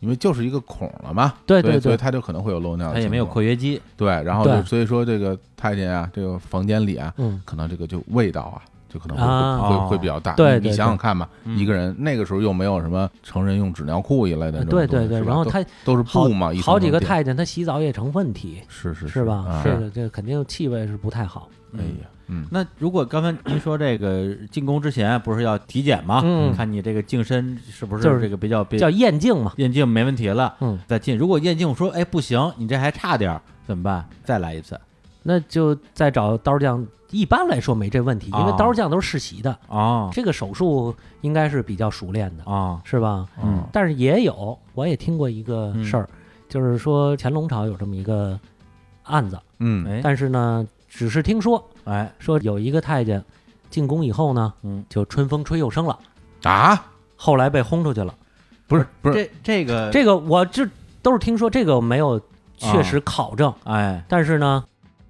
因为就是一个孔了嘛，
对
所以
对
所以
对
他就可能会有漏尿的情况，
它也没有括约肌，
对，然后就
对
所以说这个太监啊，这个房间里啊，
嗯，
可能这个就味道啊，就可能会、
啊
会会比较大。你
对对
你
对
想想看吧，
嗯
一个人那个时候又没有什么成人用纸尿裤一类的这种东
对
西，
对对。
是吧
然后
都
他
都是
好
布嘛，一层
好几
层
个
叠
太监，他洗澡也成问题，
是是
是吧？
啊
这个这肯定气味是不太好。
哎呀，嗯，
那如果刚才您说这个进宫之前不是要体检吗？
嗯
看你这个净身是不是
就是
这个比较比
叫验镜嘛，
验镜没问题了，
嗯，
再进。如果验镜说哎不行，你这还差点儿，怎么办？再来一次
那就再找刀匠。一般来说没这问题，因为
哦
刀匠都是世袭的，
哦
这个手术应该是比较熟练的，
哦，
是吧？
啊
嗯
但是也有，我也听过一个事儿，就是说乾隆朝有这么一个案子，
嗯，
哎
但是呢，只是听说
哎
说有一个太监进宫以后呢，
嗯，
就春风吹又生了，
啊，
后来被轰出去了。
不是不是，
这这个
这个我这都是听说，这个没有
哦
确实考证，
哎
但是呢。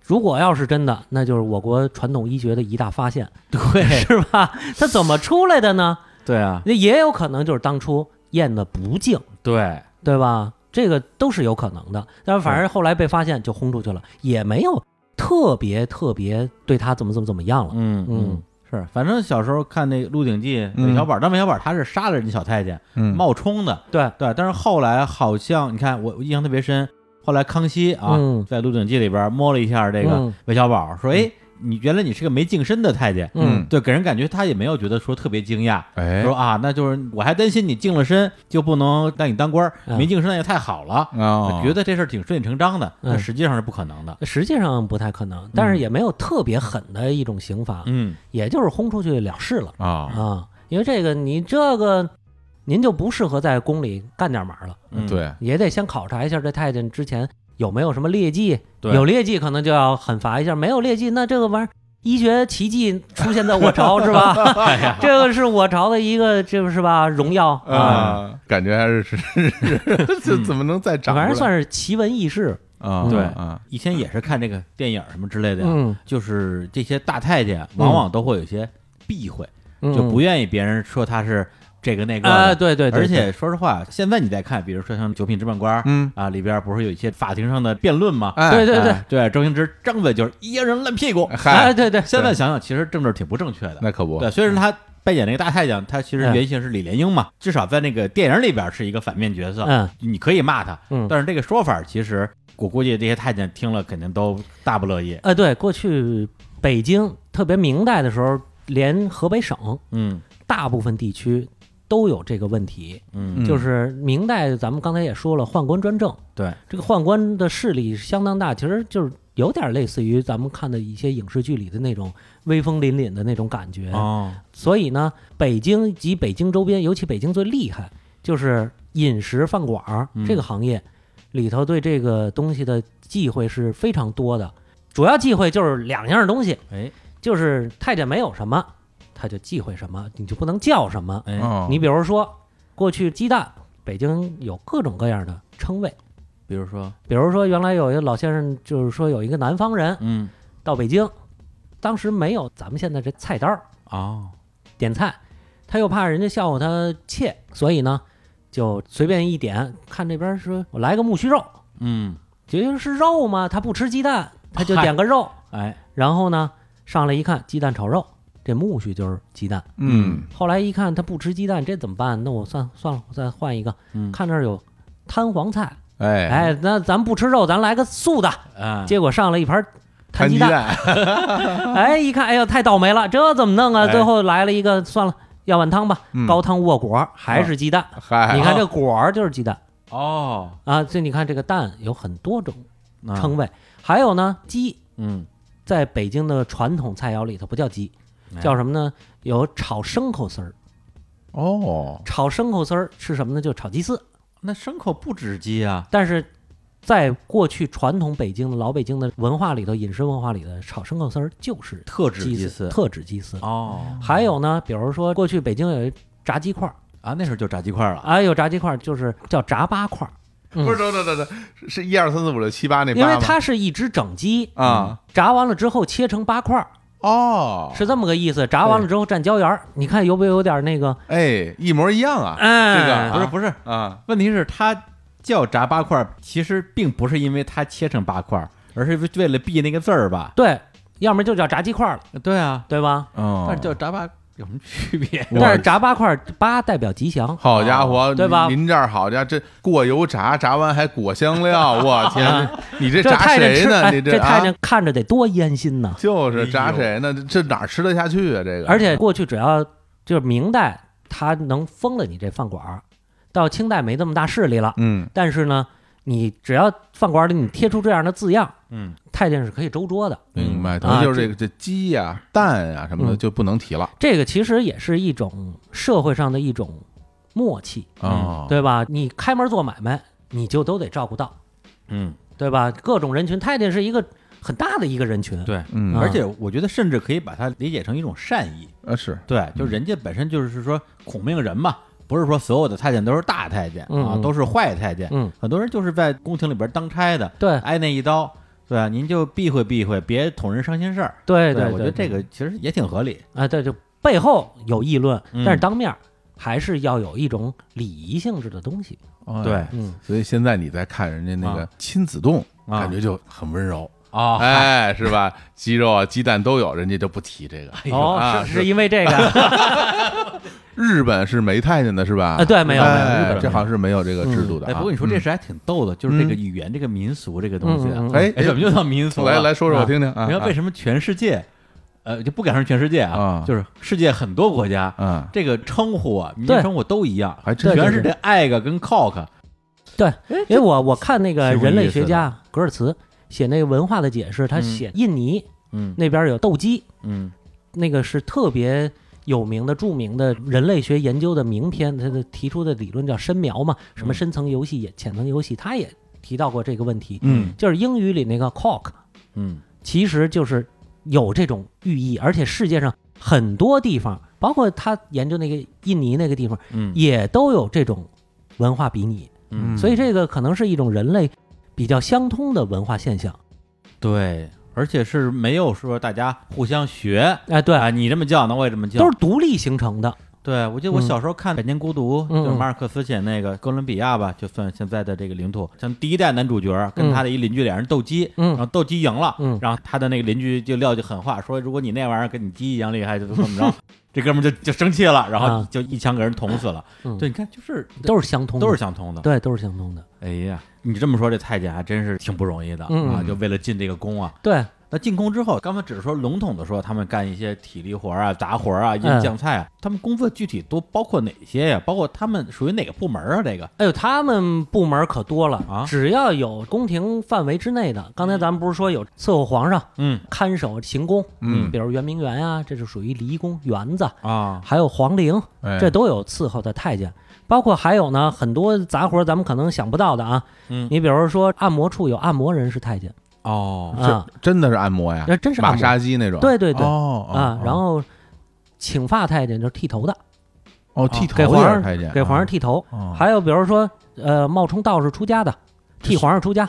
如果要是真的，那就是我国传统医学的一大发现。
对
是吧？它怎么出来的呢？
对啊
那也有可能就是当初验的不净，
对
对吧？这个都是有可能的。但是反正后来被发现就轰出去了，也没有特别特别对他怎么怎么怎么样了。
嗯
嗯。
是，反正小时候看那《鹿鼎记》，
嗯
韦小宝，但韦小宝他是杀了人家小太监，
嗯，
冒充的，
对
对，但是后来好像你看我我印象特别深，后来康熙啊，
嗯
在《鹿鼎记》里边摸了一下这个
嗯
韦小宝，说：“哎，你原来你是个没净身的太监。”
嗯
嗯，
对，给人感觉他也没有觉得说特别惊讶，
哎
说啊，那就是我还担心你净了身就不能让你当官儿，
嗯哦
没净身那也太好了，
啊，
觉得这事儿挺顺理成章的，
嗯
但实际上是不可能的。
实际上不太可能，但是也没有特别狠的一种刑罚，
嗯，
也就是轰出去了事了
啊，
啊。因为这个你这个，您就不适合在宫里干点嘛了，
嗯，
对，啊
也得先考察一下这太监之前有没有什么劣迹，
对
有劣迹可能就要狠罚一下，没有劣迹，那这个玩意儿医学奇迹出现在我朝是吧？
哎呀，
这个是我朝的一个，这个是吧？荣耀啊，嗯
啊，感觉还是是是，是这 怎么能再长出来？
反正算是奇闻异事。
啊，
对
啊，
以前也是看这个电影儿什么之类的呀，
嗯，
就是这些大太监往往都会有一些避讳，
嗯
就不愿意别人说他是这个那个的。
啊，对对对，
而且说实话，现在你再看，比如说像《九品芝麻官》
嗯，
啊，里边不是有一些法庭上的辩论吗？
哎，
对对对
哎对，周星驰张嘴就是一人烂屁股。啊
哎，
嗨，
对对，
现在想想，其实政治挺不正确的。
那可不，
对，虽然他扮演那个大太监，他其实
嗯
原型是李莲英嘛，至少在那个电影里边是一个反面角色，
嗯
你可以骂他，
嗯，
但是这个说法其实我估计这些太监听了肯定都大不乐意。
啊，对，过去北京特别明代的时候，连河北省
嗯
大部分地区都有这个问题，
嗯
嗯
就是明代，咱们刚才也说了，宦官专政，
对
这个宦官的势力是相当大，其实就是有点类似于咱们看的一些影视剧里的那种威风凛凛的那种感觉。
哦，
所以呢，北京及北京周边，尤其北京最厉害就是饮食饭馆儿
嗯
这个行业，里头对这个东西的忌讳是非常多的。主要忌讳就是两样东西，
哎
就是太监没有什么，他就忌讳什么，你就不能叫什么。
哎，
哦
你比如说，过去鸡蛋，北京有各种各样的称谓。
比如说，
比如说，原来有一个老先生，就是说有一个南方人
嗯
到北京，当时没有咱们现在这菜单儿
哦，
点菜，他又怕人家笑话他怯，所以呢，就随便一点，看这边说我来个木须肉，
嗯，
觉得是肉嘛，他不吃鸡蛋，他就点个肉，
哎，
然后呢上来一看鸡蛋炒肉，这木须就是鸡蛋。
嗯
后来一看他不吃鸡蛋，这怎么办？那我算算了，我再换一个，
嗯
看这儿有摊黄菜，
哎
哎，那咱不吃肉，咱来个素的。
啊，
结果上了一盘
摊
摊鸡
鸡
蛋，
蛋，
哎，一看，哎呦，太倒霉了，这怎么弄啊？
哎
最后来了一个，算了，要碗汤吧，
嗯
高汤卧果还是鸡蛋。
嗨，
嗯哎
你看这果儿就是鸡蛋
哦，
啊，所以你看这个蛋有很多种
那
称谓，还有呢，鸡
嗯
在北京的传统菜肴里头不叫鸡
哎，
叫什么呢？有炒牲口丝儿，
哦，
炒牲口丝儿是什么呢？就炒鸡丝，
那牲口不止鸡啊，
但是。在过去传统北京的老北京的文化里头，饮食文化里的炒牲口丝儿就是
特指
鸡
鸡
丝，
丝
特嗯指鸡丝。
哦
还有呢，比如说过去北京有一炸鸡块儿
啊，那时候就炸鸡块了，
啊，有炸鸡块儿就是叫炸八块儿，嗯
不是，等等等等，是是一二三四五六七八那八
因
吗，
为嗯它是一只整鸡，
啊
炸完了之后切成八块儿，
哦，
是这么个意思。炸完了之后蘸椒盐儿，你看有没有点那个？
哎，一模一样啊这个
哎，
不是
啊
不是，
啊，
问题是它叫炸八块儿，其实并不是因为它切成八块儿，而是为了避那个字儿吧？
对，要么就叫炸鸡块儿了，
对啊，
对吧？
嗯，
但是叫炸八有什么区别？
我
但是炸八块儿八代表吉祥，
好家伙，
对吧
您您这儿好家伙，这过油炸，炸完还裹香 料，我天，你这炸
啊太监
谁
吃，
呢？
哎
你
这太
啊，
监看着得多烟心呐！
就是炸谁呢？这这哪儿吃得下去啊？这个，
而且过去只要就是明代，他能封了你这饭馆儿，到清代没这么大势力了。
嗯，
但是呢，你只要饭馆里你贴出这样的字样，
嗯，
太监是可以周桌的。
明白，
嗯
等于就是
啊
这个这鸡呀、蛋啊什么的
嗯
就不能提了
这个其实也是一种社会上的一种默契，
啊。
嗯对吧？你开门做买卖，你就都得照顾到，
嗯，
对吧？各种人群，太监是一个很大的一个人群。
对，
嗯，
而且我觉得甚至可以把它理解成一种善意，
呃是，
对，就人家本身就是说孔命人嘛，不是说所有的太监都是大太监
嗯
啊，
嗯
都是坏太监，
嗯，
很多人就是在宫廷里边当差的，
对
挨那一刀，对啊，您就避讳避讳，别捅人伤心事儿。
对
我觉得这个其实也挺合理。
啊，对，就背后有议论，
嗯
但是当面儿还是要有一种礼仪性质的东西。
哎
对，
嗯，
所以现在你再看人家那个亲子冻，
啊
感觉就很温柔，
哦，
哎，是吧？鸡肉啊、鸡蛋都有，人家就不提这个。
哦
啊，
是是因为这个
日本是没太监的是 吧？
啊对嗯没有
哎
没有日本没有
这好像是没有这个制度的
哎，
啊。
不过你说这事还挺逗的，就是这个语言、这个民俗这个东西啊
嗯嗯嗯，
哎
哎，怎么就到民俗了？
来来说说我听听
啊
啊。
你看为什么全世界，呃，就不敢说全世界啊
啊，
就是世界很多国家
嗯，
这个称呼啊，民间
对
称呼都一样，
还真
全
对
是这 egg 跟 cock。
对，
哎
因为我我看那个
挺有
人类
意思
学家格尔茨写那个文化的解释，他
嗯
写印尼
嗯
那边有斗鸡，
嗯
那个是特别有名的、著名的人类学研究的名篇，他的提出的理论叫深描嘛，什么
嗯
深层游戏、也浅层游戏，他也提到过这个问题，
嗯
就是英语里那个 cock
嗯
其实就是有这种寓意，而且世界上很多地方，包括他研究那个印尼那个地方，
嗯
也都有这种文化比拟。
嗯，
所以这个可能是一种人类比较相通的文化现象。
对，而且是没有说大家互相学。
哎，对，
啊，你这么叫，那我也这么叫，
都是独立形成的。
对，我记得我
嗯
小时候看《百年孤独》
嗯
就是
嗯
马尔克斯写那个哥伦比亚吧，就算现在的这个领土，像第一代男主角跟
嗯
他的一邻居俩人斗鸡，
嗯
然后斗鸡赢了，
嗯
然后他的那个邻居就撂句狠话，说如果你那玩意儿跟你鸡一样厉害，就怎么着，这哥们儿就就生气了，然后
啊
就一枪给人捅死了。
嗯，
对，，你看就是
都是相通的，
都是相通的。
对，都是相通的。
哎呀，你这么说，这太监还真是挺不容易的
嗯
啊，就为了进这个宫啊，
对，
那进宫之后，刚才只是说笼统的说他们干一些体力活儿啊、杂活儿啊、腌酱菜啊，他们工作具体都包括哪些呀？包括他们属于哪个部门啊？这个
哎呦，他们部门可多了
啊
只要有宫廷范围之内的，刚才咱们不是说有伺候皇上、
嗯
看守行宫，
嗯
比如圆明园啊，这是属于离宫园子，
啊，
还有皇陵，
哎
这都有伺候的太监。包括还有呢，很多杂活儿咱们可能想不到的啊。
嗯
你比如说按摩处有按摩人是太监
哦，
啊，
真的是按摩呀，
那真是
马
按摩
杀鸡那种，
对对对
哦哦
啊
哦。
然后请发太监就是剃头的，
哦剃头
给皇
也是
上
太监，
给皇上剃头。
啊
哦
还有比如说呃，冒充道士出家的，替皇上出家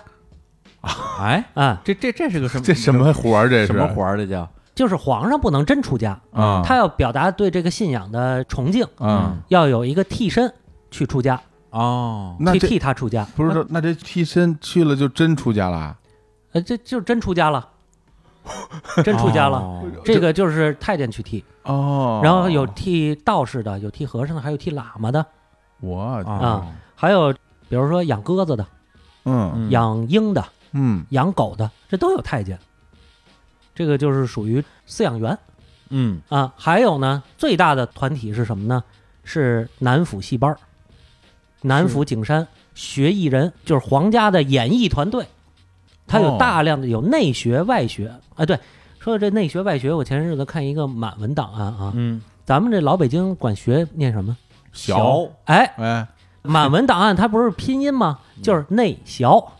哎，
啊，
这这这是个什么
这什么活儿？这是
什么活儿？这叫
就是皇上不能真出家，
啊？
他要表达对这个信仰的崇敬，
嗯，
要有一个替身去出家，
哦，
那
去
这
替他出家。
不是说那这替身去了就真出家了？啊
呃，这就真出家了，真出家了。
哦
这个就是太监去替，
哦，
然后有替道士的，有替和尚的，还有替喇嘛的，
我
啊，
还有比如说养鸽子的、
嗯
嗯
养鹰的、
嗯
养狗的，这都有太监。这个就是属于饲养员
嗯
啊。还有呢，最大的团体是什么呢？是南府戏班儿，南府景山学艺人，就是皇家的演艺团队，他有
哦
大量的有内学外学啊。对，说到这内学外学，我前些日子看一个满文档案啊，
嗯，
咱们这老北京管学念什么？
小
哎，
哎
满文档案它不是拼音吗？就是内小，
嗯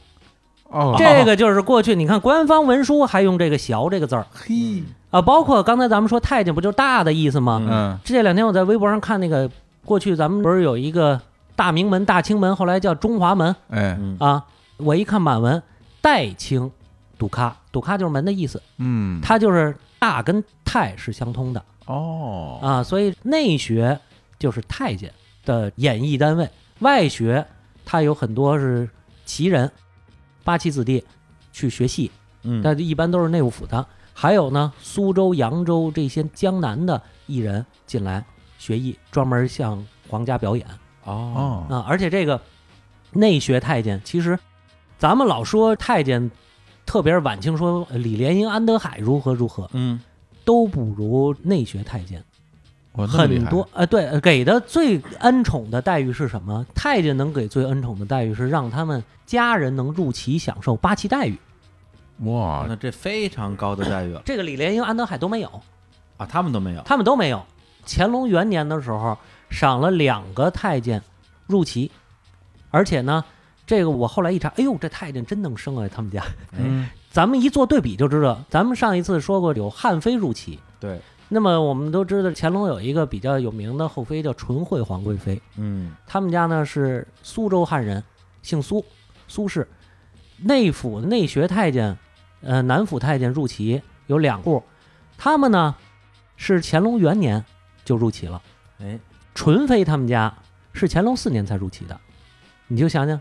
哦
这个就是过去你看官方文书还用这个“小”这个字儿
嘿
啊，包括刚才咱们说太监不就是大的意思吗？
嗯
这两天我在微博上看那个，过去咱们不是有一个大明门、大清门，后来叫中华门
哎
嗯
啊，我一看满文代清堵咖，堵咖就是门的意思，
嗯
它就是大跟太是相通的
哦
啊，所以内学就是太监的演艺单位，外学它有很多是旗人、八旗子弟去学戏，
嗯，
但一般都是内务府的。还有呢，苏州、扬州这些江南的艺人进来学艺，专门向皇家表演啊、
哦
哦
而且这个内学太监，其实咱们老说太监，特别是晚清说呃李莲英、安德海如何如何，
嗯
都不如内学太监
我那么厉
很
害
多。呃，对，呃给的最恩宠的待遇是什么？太监能给最恩宠的待遇是让他们家人能入旗享受八旗待遇，
哇
那这非常高的待遇了
这个李莲英、安德海都没有。
啊，他们都没有
他们都没有。乾隆元年的时候，赏了两个太监入旗，而且呢，这个我后来一查，哎呦，这太监真能生啊！他们家，
嗯
咱们一做对比就知道。咱们上一次说过有汉妃入旗，
对，
那么我们都知道乾隆有一个比较有名的后妃叫纯惠皇贵妃，
嗯
他们家呢是苏州汉人，姓苏，苏氏。内府内学太监，呃，南府太监入旗有两户，他们呢是乾隆元年就入旗了。
哎
纯妃他们家是乾隆四年才入旗的，你就想想，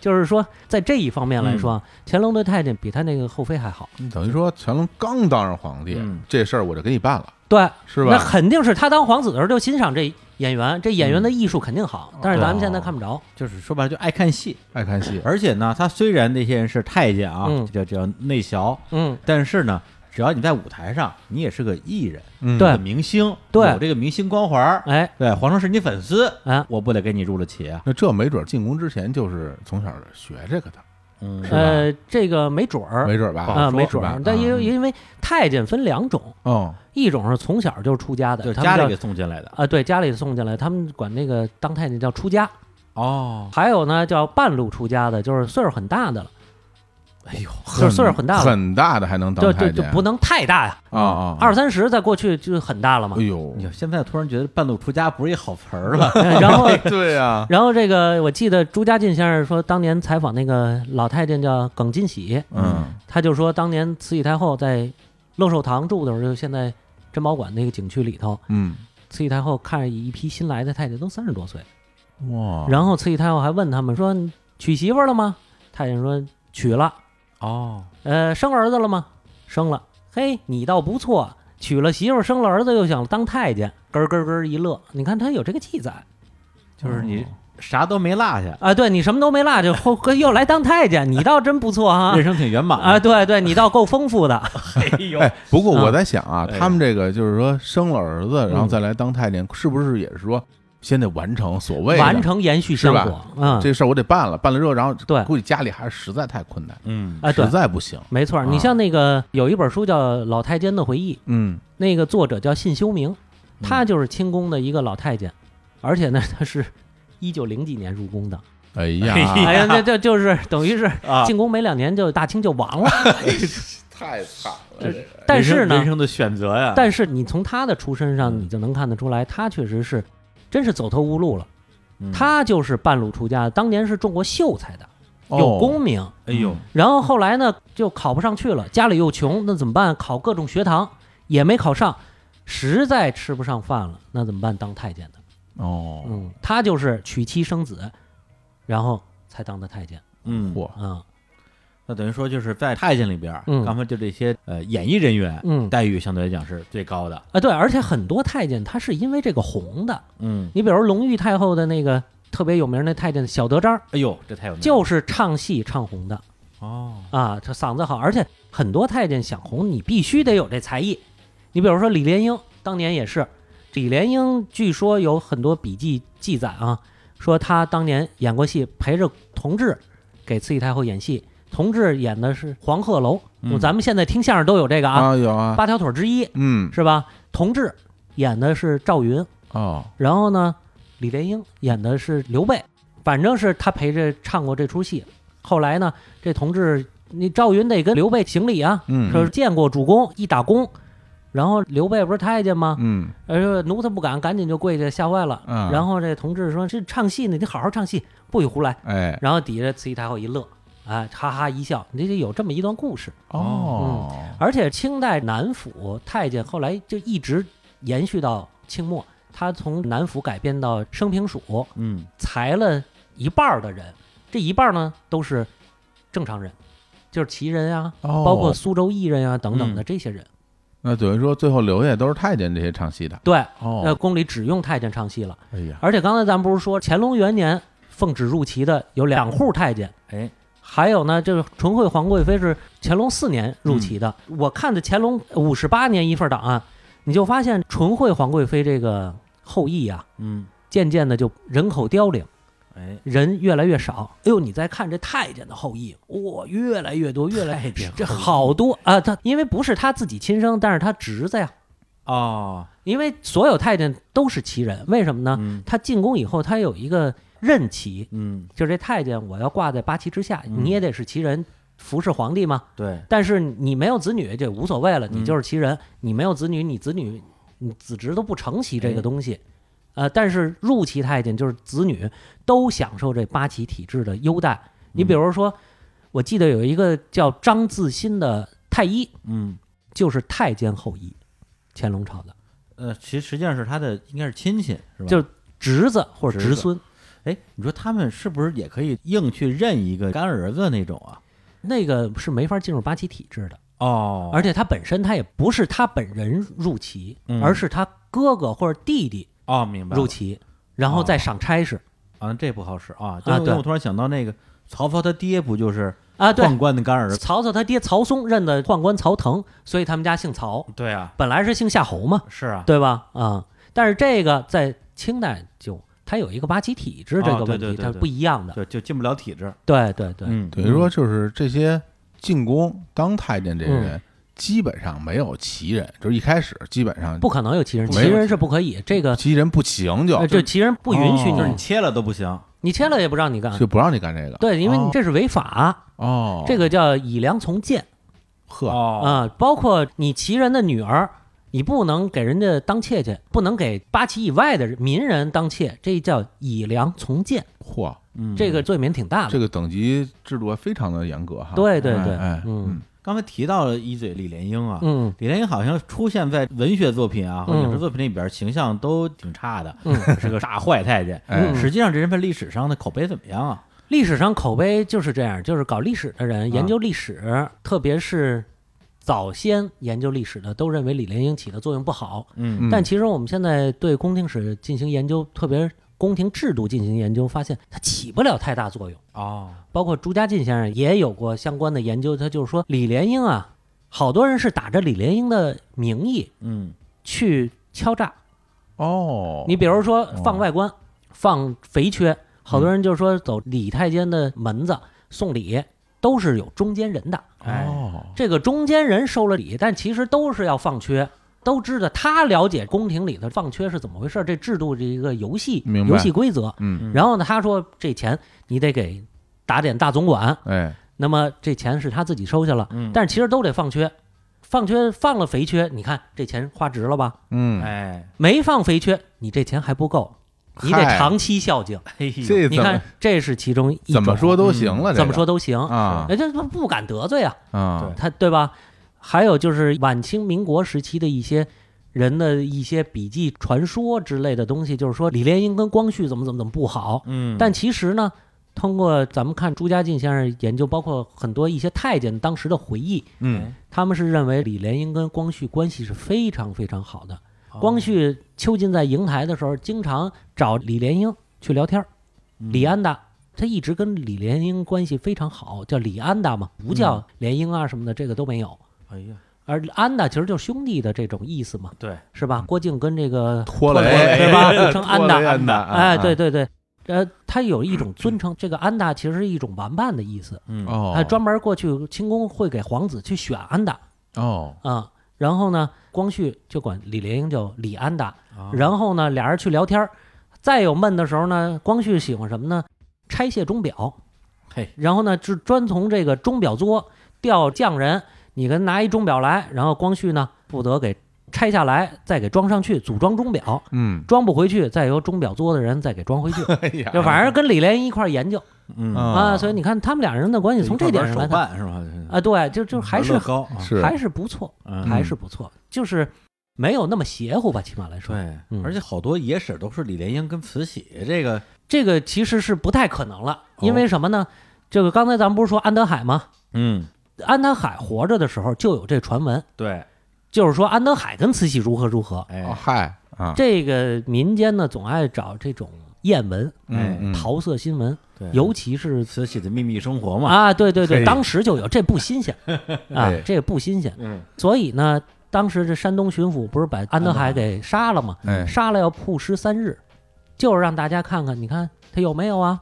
就是说在这一方面来说，
嗯
啊，乾隆的太监比他那个后妃还好，
等于说乾隆刚当上皇帝
嗯
这事儿我就给你办了
对，
是
那
吧？
肯定是他当皇子的时候就欣赏这演员，这演员的艺术肯定
嗯
好，但是咱们现在看不着，
哦
就是说白了就爱看戏，
爱看戏
而且呢，他虽然那些人是太监啊，
嗯
叫叫内小，
嗯，
但是呢，只要你在舞台上，你也是个艺人，
嗯
对
是个明星，
哎对
有这个明星光环儿，
哎，
对，皇上是你粉丝，
啊
我不得给你入了旗啊，
那这没准进宫之前就是从小学这个的，
嗯
是吧
呃，这个没准儿
没准吧？
啊，没
是
准
吧
儿，但因为
嗯
因为太监分两种，
哦
一种是从小就出家的，
就是
他
家
们
里
叫
给送进来的
啊，对，家里送进来，他们管那个当太监叫出家，
哦，
还有呢叫半路出家的，就是岁数很大的了。
哎呦，
就是岁数很大了
很大的还能当
对
太
对，
监，
就不能太大呀，
啊啊！
二三十在过去就很大了嘛
哎。呦
你，看现在突然觉得半路出家不是一好词儿了，
然后，
对 呀，
然后这个我记得朱家进先生说，当年采访那个老太监叫耿金喜，
嗯
他就说，当年慈禧太后在乐寿堂住的时候，就现在珍宝馆那个景区里头，
嗯，
慈禧太后看着一批新来的太监都三十多岁，
啊哇，
然后慈禧太后还问他们说娶媳妇儿了吗？太监说娶了。
哦，
呃，生儿子了吗？生了。嘿，你倒不错，娶了媳妇儿，生了儿子，又想当太监，咯咯咯一乐。你看他有这个记载，
就是你啥都没落下，
啊，对你什么都没落，就后 又来当太监，你倒真不错啊
人！生挺圆满
啊，
的。
对对，你倒够丰富的，
哎呦
哎，不过
啊
我在想啊，
哎
他们这个就是说生了儿子，然后
嗯
再来当太监，是不是也是说先得完成所谓的
完成延续香
是
火，嗯，
这事儿？我得办了，办了之后，然后
对
估计家里还是实在太困难，
嗯
哎对
实，在不行。
没错儿。你
啊
像那个有一本书叫《老太监的回忆》，
嗯，
那个作者叫信修明，
嗯
他就是清宫的一个老太监，而且呢，他是一九零几年入宫的，
哎
哎
呀，
哎呀，这这就是等于是
啊，
进宫没两年就大清就亡 了。
太惨
这但是
人生
呢
人，生的选择呀，
但是你从他的出身上，
嗯
你就能看得出来，他确实是真是走投无路了。
嗯
他就是半路出家，当年是中国秀才的，有
哦
功名。
哎呦，
然后后来呢，就考不上去了，家里又穷，那怎么办？考各种学堂也没考上，实在吃不上饭了，那怎么办？当太监的。
哦，
嗯，他就是娶妻生子，然后才当的太监。
嗯，
嚯，
嗯
那等于说就是在太监里边儿，
嗯
刚才就这些呃演艺人员
嗯
待遇相对来讲是最高的，
啊，对，而且很多太监他是因为这个红的。
嗯，
你比如隆裕太后的那个特别有名儿那太监小德张，
哎呦，这太
嗯
有名了
就是唱戏唱红的
哦，
啊，他嗓子好，而且很多太监想红，你必须得有这才艺。你比如说李莲英，当年也是，李莲英据说有很多笔记记载啊，说她当年演过戏，陪着同治给慈禧太后演戏，同治演的是《黄鹤楼》
嗯
咱们现在听相声都有这个啊，
啊有啊，
八条腿之一
嗯，
是吧？同治演的是赵云，
哦，
然后呢，李莲英演的是刘备，反正是他陪着唱过这出戏。后来呢，这同志，你赵云得跟刘备行礼啊，
嗯
说见过主公，一打躬。然后刘备不是太监吗？
嗯，
呃，说奴才不敢，赶紧就跪下，吓坏了。
嗯
然后这同志说：“这唱戏呢，你好好唱戏，不许胡来。
哎”，
然后底下慈禧太后一乐，啊，哈哈一笑。你这有这么一段故事，
哦，
而且清代南府太监后来就一直延续到清末，他从南府改编到升平署，
嗯，
裁了一半儿的人，这一半儿呢都是正常人，就是旗人啊，
哦嗯
包括苏州艺人啊等等的这些人。
那等于说最后留下都是太监这些唱戏的。
对，呃，
哦，
宫里只用太监唱戏了。
哎呀，
而且刚才咱们不是说乾隆元年奉旨入齐的有两户太监，
哎，
还有呢，这个纯惠皇贵妃是乾隆四年入齐的。
嗯
我看的乾隆五十八年一份档案，你就发现纯惠皇贵妃这个后裔啊，
嗯，
渐渐的就人口凋零。
哎，
人越来越少。哎呦，你再看这太监的后裔，哇、越来越多，越来
太监后裔
这好多啊！他因为不是他自己亲生，但是他侄子呀。
哦，
因为所有太监都是旗人，为什么呢？
嗯
他进宫以后，他有一个任旗，
嗯，
就是这太监我要挂在八旗之下，
嗯
你也得是旗人，服侍皇帝嘛。
对，
但是你没有子女这无所谓了，
嗯
你就是旗人，你没有子女，你子女你子侄都不承袭这
哎
个东西。呃，但是入旗太监就是子女都享受这八旗体制的优待。
嗯
你比如说，我记得有一个叫张自新的太医，
嗯，
就是太监后裔，乾隆朝的
呃，其实实际上是他的应该是亲戚是吧？
就侄子或者
侄
侄
子
孙。
哎，你说他们是不是也可以硬去认一个干儿子那种啊？
那个是没法进入八旗体制的，
哦
而且他本身他也不是他本人入旗，
嗯
而是他哥哥或者弟弟
哦，明白了
入旗，然后再赏差事。
啊，这不好使啊！
啊
因为
对
我突然想到那个曹操他爹不就是
啊，对，
宦官的干儿子？
曹操他爹曹嵩认的宦官曹腾，所以他们家姓曹，
对啊，
本来是姓夏侯嘛，
是啊，
对吧？啊、但是这个在清代就它有一个八旗体制这
啊
个
对
问题，
对对
它
对
是不一样的。
对，就进不了体制。
对对对，
嗯，
等于说就是这些进宫当太监这些人，
嗯
基本上没有旗人，就是一开始基本上
不可能有旗人，
没
旗
有
人是不可以，这个
旗人不行就，
呃这旗人不允许
哦
就是
你
你，切了都不行。
你切了也不让你干
就。不让你干这个。
对，因为你
哦
这是违法，
哦，
这个叫以良从谏
呵，
哦，
啊。包括你旗人的女儿，你不能给人家当妾去，不能给八旗以外的民人当妾，这叫以良从谏，
嚯，
嗯
这个罪名挺大的
这。个等级制度非常的严格哈。
对对对
哎哎，
嗯
刚才提到了一嘴李莲英啊，
嗯
李莲英好像出现在文学作品啊和影视作品里边，形象都挺差的，
嗯，
是个大坏太 监。
哎
嗯
实际上，这人在历史上的口碑怎么样啊？
历史上口碑就是这样，就是搞历史的人、
啊
研究历史，特别是早先研究历史的，都认为李莲英起的作用不好。
嗯
嗯
但其实我们现在对宫廷史进行研究，特别宫廷制度进行研究，发现它起不了太大作用。
哦，
包括朱家进先生也有过相关的研究，他就是说李莲英啊，好多人是打着李莲英的名义
嗯，
去敲诈。
哦，嗯
你比如说放外观，放肥缺，好多人就说走李太监的门子送礼，都是有中间人的。
哎，
哦，
这个中间人收了礼，但其实都是要放缺，都知道他了解宫廷里的放缺是怎么回事，这制度这一个游戏
明白
游戏规则。
嗯，
然后呢，他说这钱你得给打点大总管，
哎，
那么这钱是他自己收下了，
嗯
但是其实都得放缺，放缺放了肥缺，你看这钱花值了吧？
嗯，
哎，
没放肥缺，你这钱还不够，你得
嗨
长期孝 敬。
嘿哎呦
这怎
你
么
看，这是其中一
怎么
种
说都行了，这个
怎么说都行，
啊
人家不不敢得罪啊。
啊，
他对吧？还有就是晚清民国时期的一些人的一些笔记、传说之类的东西，就是说李莲英跟光绪怎么怎么怎么不好。
嗯，
但其实呢，通过咱们看朱家进先生研究，包括很多一些太监当时的回忆，
嗯，
他们是认为李莲英跟光绪关系是非常非常好的。
哦
光绪囚禁在瀛台的时候，经常找李莲英去聊天儿。
嗯
李安达他一直跟李莲英关系非常好，叫李安达嘛，不
嗯
叫莲英啊什么的，这个都没有。
哎呀，
而安达其实就是兄弟的这种意思嘛，
对，嗯哎
是吧？郭靖跟 这个
拖
雷 对吧又称安达
安达，
啊
哎，对
对，
对对，呃，他有一种尊称，这个安达其实是一种玩伴的意思，
嗯，
哦，
他专门过去清宫会给皇子去选安达
哦，
啊。然后呢，光绪就管李莲英叫李安达，
啊
哦然后呢，俩人去聊天儿，再有闷的时候呢，光绪喜欢什么呢？拆卸钟表，
嘿，
然后呢，就专从这个钟表作调匠人，你给他拿一钟表来，然后光绪呢负责给拆下来，再给装上去，组装钟表，
嗯，
装不回去，再由钟表作的人再给装 回去，
哎呀
就反正跟李莲英一块儿研究
嗯
啊
啊，所以你看他们俩人的关系从这点上来
手
看
办是吧？
啊，对，就就还是
乐高，啊
哦是
还是不错，
嗯
还是不错，就是没有那么邪乎吧，起码来说，
对
嗯，
而且好多野史都是李莲英跟慈禧这个，
这个其实是不太可能了，
哦
因为什么呢？这个刚才咱们不是说安德海吗？
嗯，
安德海活着的时候就有这传闻，
对，
就是说安德海跟慈禧如何如何。
哦
哎，
嗨啊，
这个民间呢，总爱找这种艳闻、
嗯嗯
桃色新闻，
对，
尤其是
慈禧的秘密生活嘛，
啊，对对
嘿
对，当时就有，这不 新鲜啊
嘿，
这不新鲜。
嗯，
所以呢，当时这山东巡抚不是把安德海给杀了吗？
哎，
杀了要曝尸三日，就是让大家看看，你看他有没有啊，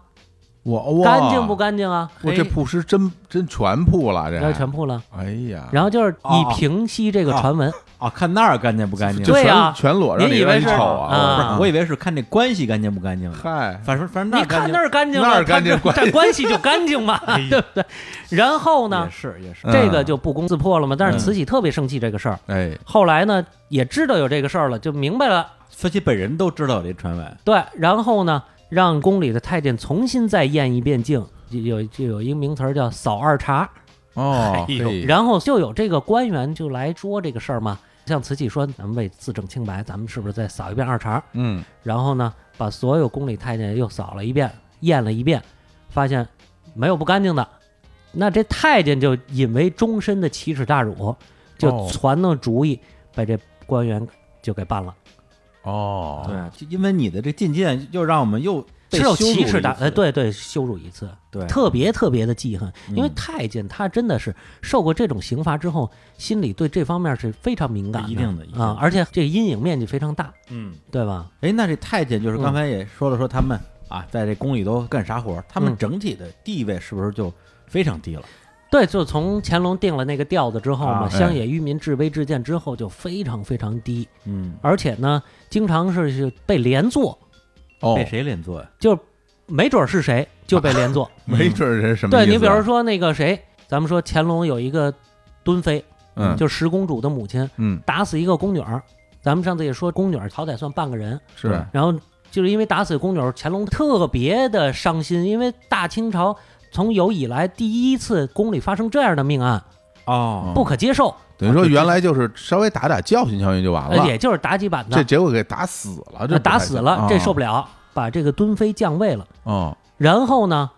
我哇
干净不？干净啊？
我这铺师真真全铺了，
要
这
全部了。
哎呀，
然后就是
哦
以平息这个传闻，
啊，看那儿干净不干净？
就
对
全
啊
全裸让
您
你
以
让
为
你
是
瞅啊
啊！
我以为是看这关系干净不干净，
嗨，
反正反正
你
儿干净哎
看那儿干净了，
那儿干净
看这这关系就干净嘛，对不对？然后呢
也，是也是，
嗯
这个就不攻自破了嘛。但是
嗯
慈禧特别生气这个事儿，
哎，
后来呢也知道有这个事儿了，就明白了，
慈禧本人都知道有这传闻，
对。然后呢，让宫里的太监重新再验一遍镜，就有就有一个名词儿叫扫二查，
哦，
哎呦
嘿
然后就有这个官员就来说这个事儿嘛。像慈禧说，咱们为自证清白，咱们是不是再扫一遍二查？
嗯，
然后呢，把所有宫里太监又扫了一遍，验了一遍，发现没有不干净的。那这太监就引为终身的奇耻大辱，就
哦
传弄主意，把这官员就给办了。
哦，
对，就因为你的这进谏又让我们又被
是有
羞辱
奇耻
一
大，
次
哎，对对，羞辱一次，
对，
特别特别的记恨，因为
嗯
太监他真的是受过这种刑罚之后，心里对这方面是非常敏感的，
一定的一定
啊
的，
而且这个阴影面积非常大，
嗯，
对吧？
哎，那这太监就是刚才也说了说他们啊，在这宫里都干啥活儿，他们
嗯
整体的地位是不是就非常低了？
对，就从乾隆定了那个调子之后嘛，
哎
啊
乡野愚民治威治谏之后就非常非常低，
嗯，
而且呢，经常是是被连坐，
哦
被，谁连坐呀？
就没准儿是谁就被连坐。
没准儿 是什么意
嗯对
思？啊
你比如说那个谁，咱们说乾隆有一个敦妃，
嗯
就是十公主的母亲，
嗯
打死一个宫女儿。咱们上次也说，宫女儿好歹算半个人，
是
然后就是因为打死宫女儿，乾隆特别的伤心，因为大清朝从有以来第一次宫里发生这样的命案，
哦，
不可接受。
等于说原来就是稍微打打教训教训就完
啊呃，
了，
也就是打几板
这
子，
结果给打死
啊
了，这不太
打死了，这受不
了。
了，把这个敦妃降位了。
哦，
然后呢，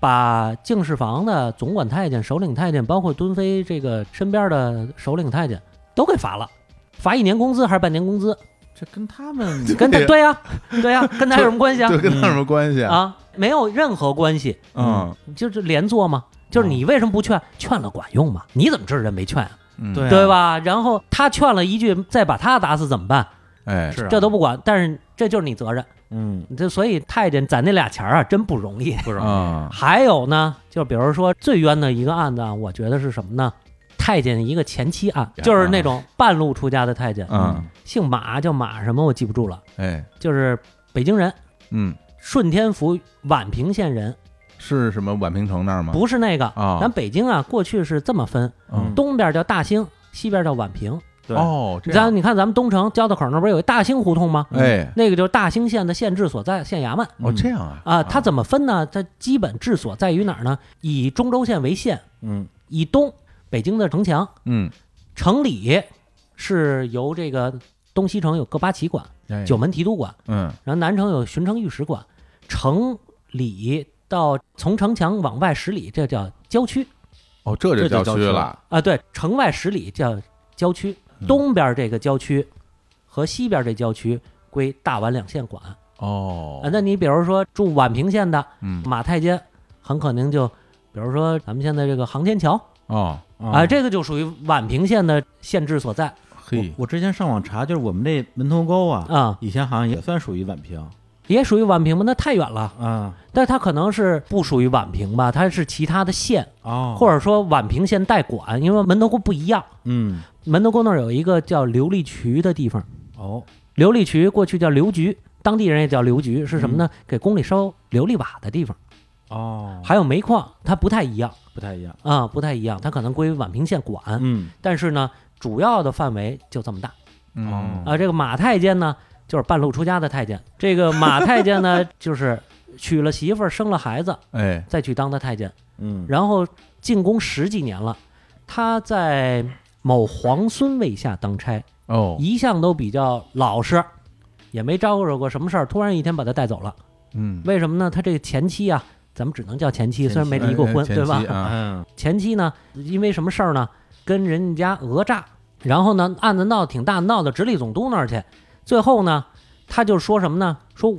把敬事房的总管太监、首领太监，包括敦妃这个身边的首领太监都给罚了，罚一年工资还是半年工资？
这跟他们
跟他对呀，对呀，跟他有什么关系啊
就？跟他有什么关系？
啊，没有任何关系，
嗯，
就是连坐嘛。就是
嗯
你为什么不劝？劝了管用吗？你怎么知道人没劝啊？
嗯，
对啊
对吧？然后他劝了一句，再把他打死怎么办？
哎，
是啊
这都不管，但是这就是你责任。
嗯
这所以太监攒那俩钱儿啊，真不容易。
不是
啊，
还有呢，就比如说最冤的一个案子啊，我觉得是什么呢？太监一个前妻案，就是那种半路出家的太监，
啊嗯，
姓马叫马什么我记不住了，
哎，
就是北京人，
嗯，
顺天府宛平县人，
是什么宛平城那儿吗？
不是那个。
啊
咱北京啊，过去是这么分，
嗯
东边叫大兴，西边叫宛平。
对
哦，这样
咱你嗯看咱们东城交道口那不是有一大兴胡同吗？
哎，
那个就是大兴县的县治所在，县衙门。
哦，这样啊，
啊，它怎么分呢？它基本治所在于哪儿呢？以中轴线为线，
嗯
以东北京的城墙，
嗯，
城里是由这个东西城有各八旗管、
哎
九门提督管，
嗯
然后南城有巡城御史管，城里到从城墙往外十里，这叫郊区
哦，这就
这就
叫
叫
区
区
了，
啊，对，城外十里叫郊区，
嗯
东边这个郊区和西边这郊区归大宛两县管。
哦
啊，那你比如说住宛平县的
嗯
马太监，很可能就，比如说咱们现在这个航天桥
哦，
啊，
啊
这个就属于宛平县的县治所在
嘿，
我之前上网查，就是我们这门头沟啊，
啊，
以前好像也算属于宛平
也属于宛平吗？那太远了，
啊
但它可能是不属于宛平吧，它是其他的县，
哦，
或者说宛平县代管，因为门头沟不一样，
嗯
门头沟那儿有一个叫琉璃渠的地方，
哦
琉璃渠过去叫琉局。当地人也叫琉局，是什么呢？给宫里烧琉璃瓦的地方，
嗯哦，
还有煤矿，它不太一样
不太一样，
啊、不太一样，它可能归宛平县管。
嗯
但是呢，主要的范围就这么大
嗯
哦
啊。这个马太监呢，就是半路出家的太监。这个马太监呢， 就是娶了媳妇儿，生了孩子，
哎，
再去当的太监，
嗯
然后进宫十几年了。他在某皇孙位下当差，
哦，
一向都比较老实，也没招惹过什么事儿。突然一天把他带走了，
嗯，
为什么呢？他这个前妻啊，咱们只能叫前妻，
前妻
虽然没离过
哎
婚，
前
对吧
妻？啊，
嗯
前妻呢，因为什么事儿呢，跟人家讹诈，然后呢，案子闹得挺大，闹到直隶总督那儿去。最后呢，他就说什么呢？说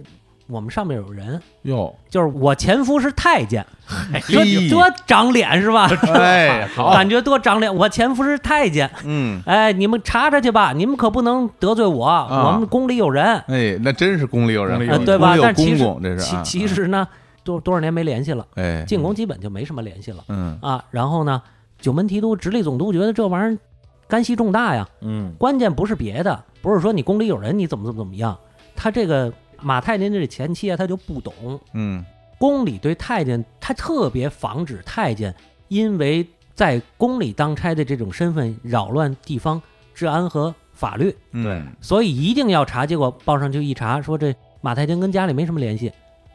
我们上面有人，
哟，
就是我前夫是太监，
哎
说
嘿
多长脸是吧？
哎，好，
感觉多长脸，我前夫是太监，
嗯，
哎，你们查查去吧，你们可不能得罪我，
啊
我们宫里有人，
哎，那真是宫里有人
宫里，有
啊
人
对吧？
有
但其
公
实
公，这是
其
啊，
其实呢，多多少年没联系了，
哎，
进宫基本就没什么联系了。
嗯，
啊，然后呢，九门提督、直隶总督觉得这玩意儿干系重大呀，
嗯
关键不是别的，不是说你宫里有人你怎么怎么怎么样，他这个马太监这前妻啊，他就不懂，
嗯，
宫里对太监他特别防止太监因为在宫里当差的这种身份扰乱地方治安和法律，
嗯
对，
所以一定要查。结果报上去一查，说这马太监跟家里没什么联系，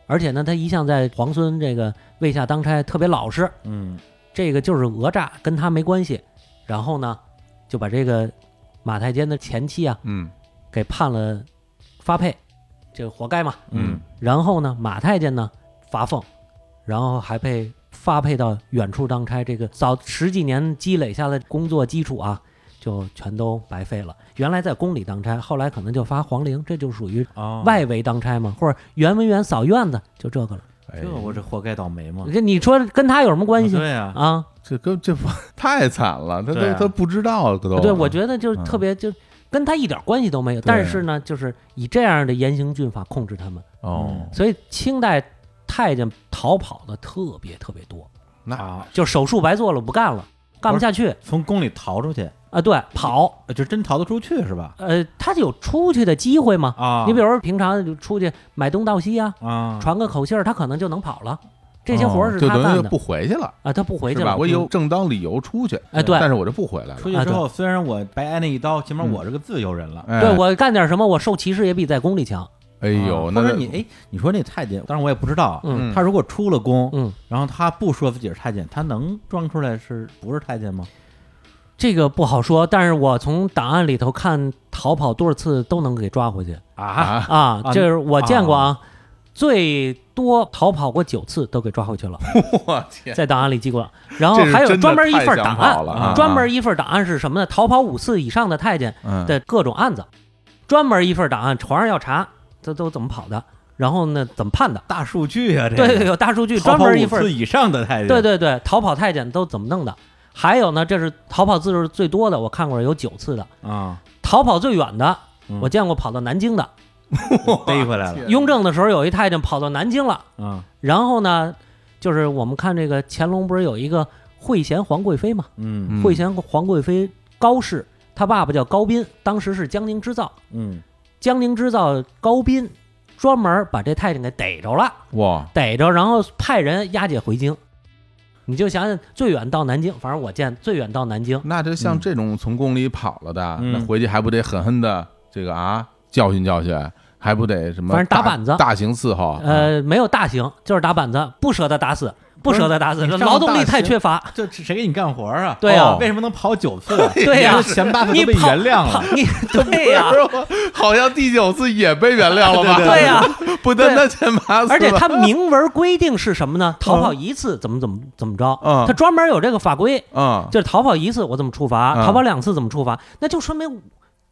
而且呢，他一向在皇孙这个位下当差，特别老实。
嗯
这个就是讹诈，跟他没关系。然后呢，就把这个马太监的前妻啊
嗯，
给判了发配，这活该嘛。
嗯
然后呢，马太监呢罚俸，然后还被发配到远处当差，这个早十几年积累下的工作基础啊，就全都白费了。原来在宫里当差，后来可能就发皇陵，这就属于
哦，
外围当差嘛，或者园文员扫院子，就这个了。
哎
这我这活该倒霉
哦
嘛，
这你说跟他有什么关系
对呀，
啊？
这跟这不太惨了，他
对
都
啊
他不知道都。
对，我觉得就是特
嗯
别，就跟他一点关系都没有。但
对
是呢，就是以这样的严刑峻法控制他们，
哦，
所以清代太监逃跑的特别特别多，
啊，
就手术白做了，不干了，干不下去
从宫里逃出去，
啊，对，跑。
呃就真逃得出去是吧？
呃，他有出去的机会吗？
啊，
你比如说平常就出去买东到西啊，
啊，
传个口信儿，他可能就能跑了。这些活儿
哦
是
就
他
等于
干
就
的
不回去了，
啊，他不回去
是吧？
了。
我有正当理由出去，
哎，对
但，是我就不回来了
出。去之后，虽然我白挨那一刀，起码我是个自由人了。
哎
对，我干点什么，我受歧视也比在宫里强。
哎呦，
啊
那
或者你哎，你说那太监，当然我也不知道啊，
嗯
他如果出了宫，
嗯，
然后他不说自己是太监，他能装出来是不是太监吗？
这个不好说，但是我从档案里头看，逃跑多少次都能给抓回去
啊，
啊，
啊
啊！
这是我见过啊，最多逃跑过九次都给抓回去了，
我天，
在档案里记过。然后
这是
哦还有
真的
专门一
太
份
想
档
跑
案，
了啊
专门一份档案是什么呢？逃跑五次以上的太监
嗯
的各种案子，专门一份档案，皇上要查，这都怎么跑的，然后呢怎么判的？
大数据啊，这
对
个
对，有大数据，
逃
专
跑
门一
五
份
次以上的太监，
对对对，逃跑太监都怎么弄的？还有呢，这是逃跑次数最多的，我看过有九次的，
啊，
逃跑最远的，
嗯
我见过跑到南京的。
逮回来了，
雍正的时候有一太监跑到南京了，
啊，
然后呢，就是我们看这个乾隆不是有一个惠贤皇贵妃嘛？
嗯
嗯
惠贤皇贵妃高氏，她爸爸叫高斌，当时是江宁织造，
嗯，
江宁织造高斌专门把这太监给逮着了。
哇，
逮着，然后派人押解回京。你就想想最远到南京，反正我见最远到南京，
那就像这种从宫里跑了的，
嗯
那回去还不得狠狠的这个啊教训教训，还不得什么
反正打
大
板子
大刑伺
啊
候，啊
呃，没有大刑，就是打板子，不舍得打死，不舍得打
不
死，
是你上
劳动力太
大刑
缺乏。
这这谁给你干活啊？
对呀
哦为什么能跑九次啊？
对呀
你说前八次都
你
被
跑
原谅
跑
了，
你对 呀、
好像第九次也被原谅了吧？
对呀、
不单单前八次，
而且他明文规定是什么呢？逃跑一次怎么怎么怎么着？
嗯
他专门有这个法规，
嗯，
就是逃跑一次我怎么处罚，
嗯
逃跑两次怎么处罚，那就说明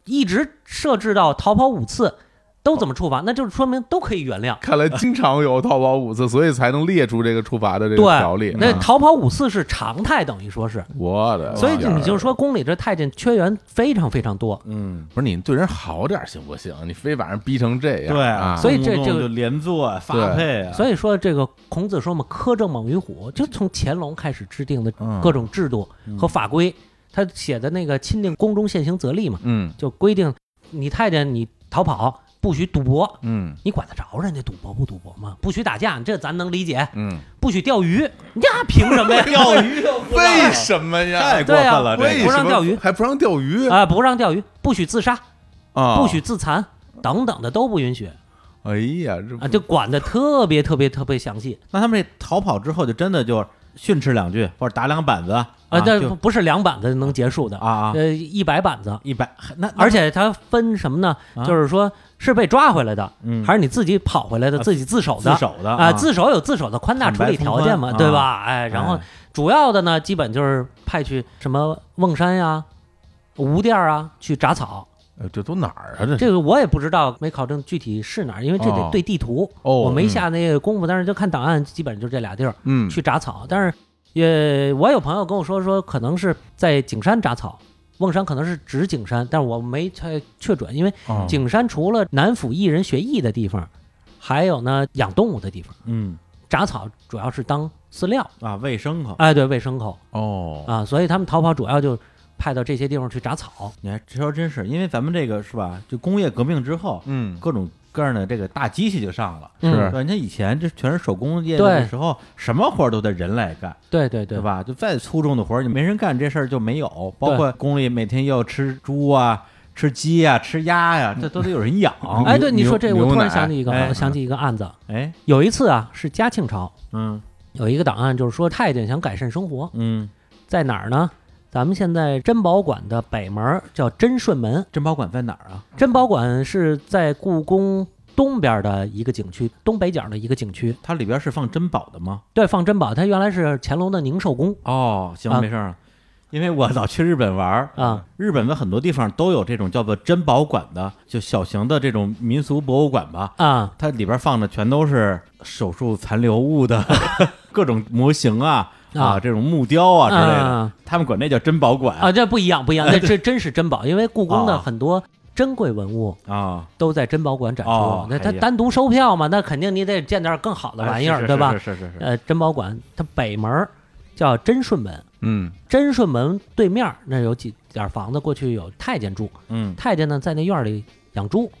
一直设置到逃跑五次都怎么处罚，那就是说明都可以原谅。
看来经常有逃跑五次，所以才能列出这个处罚的这个
对
条例。
那
嗯
逃跑五次是常态，等于说是，
我的
所以
天儿
你就说宫里这太监缺员非常非常多，
嗯，
不是你对人好点儿行不行？你非把人逼成这样，
对
啊，
所以这
动不动
这个
就连坐啊发
对
配啊，
所以说这个孔子说嘛，苛政猛于虎，就从乾隆开始制定的
嗯
各种制度和法规，他写的那个《钦定宫中现行则例》嘛，
嗯
就规定你太监你逃跑不许赌博，
嗯
你管得着人家赌博不赌博吗？不许打架，这咱能理解，
嗯，
不许钓鱼，呀，凭什么呀？
钓鱼都不让
为什么呀？
太过分了，
对啊
为
这个
不
什
让
么
钓鱼
还不让钓鱼
啊，不让钓 鱼，不许自杀，
啊？
不许！自残，等等的都不允许。
嗯
哎呀，这
啊，就管的特别特别特别详细
那他们这逃跑之后就真的就训斥两句或者打两板子啊
啊，这
就
不不是两板子能结束的
啊，啊，
呃，一百板子，
一百那那
而且它分什么呢？
啊
就是说是被抓回来的，
嗯
还是你自己跑回来的，
啊
自己自首
自
的。
首的
啊，自首有自首的宽大处理条件嘛，
坦白从宽啊
对吧？哎，然后
哎
主要的呢，基本就是派去什么瓮山呀、吴店儿啊去铡草。
呃这都哪儿啊？这是
这个我也不知道，没考证具体是哪儿，因为这得
哦
对地图，
哦，
我没
嗯
下那个功夫，但是就看档案，基本就这俩地儿。
嗯
去铡草，但是也我有朋友跟我说说，可能是在景山铡草，瓮山可能是指景山，但是我没太确准，因为
哦
景山除了南府艺人学艺的地方，还有呢养动物的地方，
嗯
铡草主要是当饲料，
啊卫生口，
哎，对，喂牲口
哦，
啊，所以他们逃跑主要就派到这些地方去铡草，
你还这说真是，因为咱们这个是吧？就工业革命之后，
嗯
各种各样的这个大机器就上了。
嗯
对，你看以前这全是手工业的
对
时候，什么活儿都得人来干，
对对
对
对，
吧？就再粗重的活儿，你没人干这事儿就没有。包括宫里每天要吃猪啊、吃鸡啊、吃鸭呀、这都得有人养。
哎，对，你说这，
牛
我突然
奶
想起一个，
哎
我想起一个案子，
哎，
有一次啊，是嘉庆朝
嗯
有一个档案，就是说太监想改善生活，
嗯，
在哪儿呢？咱们现在珍宝馆的北门儿叫珍顺门，
珍宝馆在哪儿啊？
珍宝馆是在故宫东边的一个景区，东北角的一个景区。
它里边是放珍宝的吗？
对，放珍宝，它原来是乾隆的宁寿宫
哦，行
啊，
没事儿了。因为我老去日本玩儿，
啊，
日本的很多地方都有这种叫做珍宝馆的，就小型的这种民俗博物馆吧。
啊，
它里边放的全都是手术残留物的 各种模型啊
啊
这种木雕啊之类的，
啊
他们管那叫珍宝馆
啊，这不一样，不一 样，这这真是珍宝，因为故宫的
啊
很多珍贵文物
啊
都在珍宝馆展出
哦。
那它
哎呀
单独收票嘛，那肯定你得建点儿更好的玩意
哎
儿，
是
对吧
是？是是是是，
呃，珍宝馆它北门儿叫珍顺门，
嗯
珍顺门对面儿那有几点儿房子，过去有太监住。
嗯
太监呢在那院儿里养猪，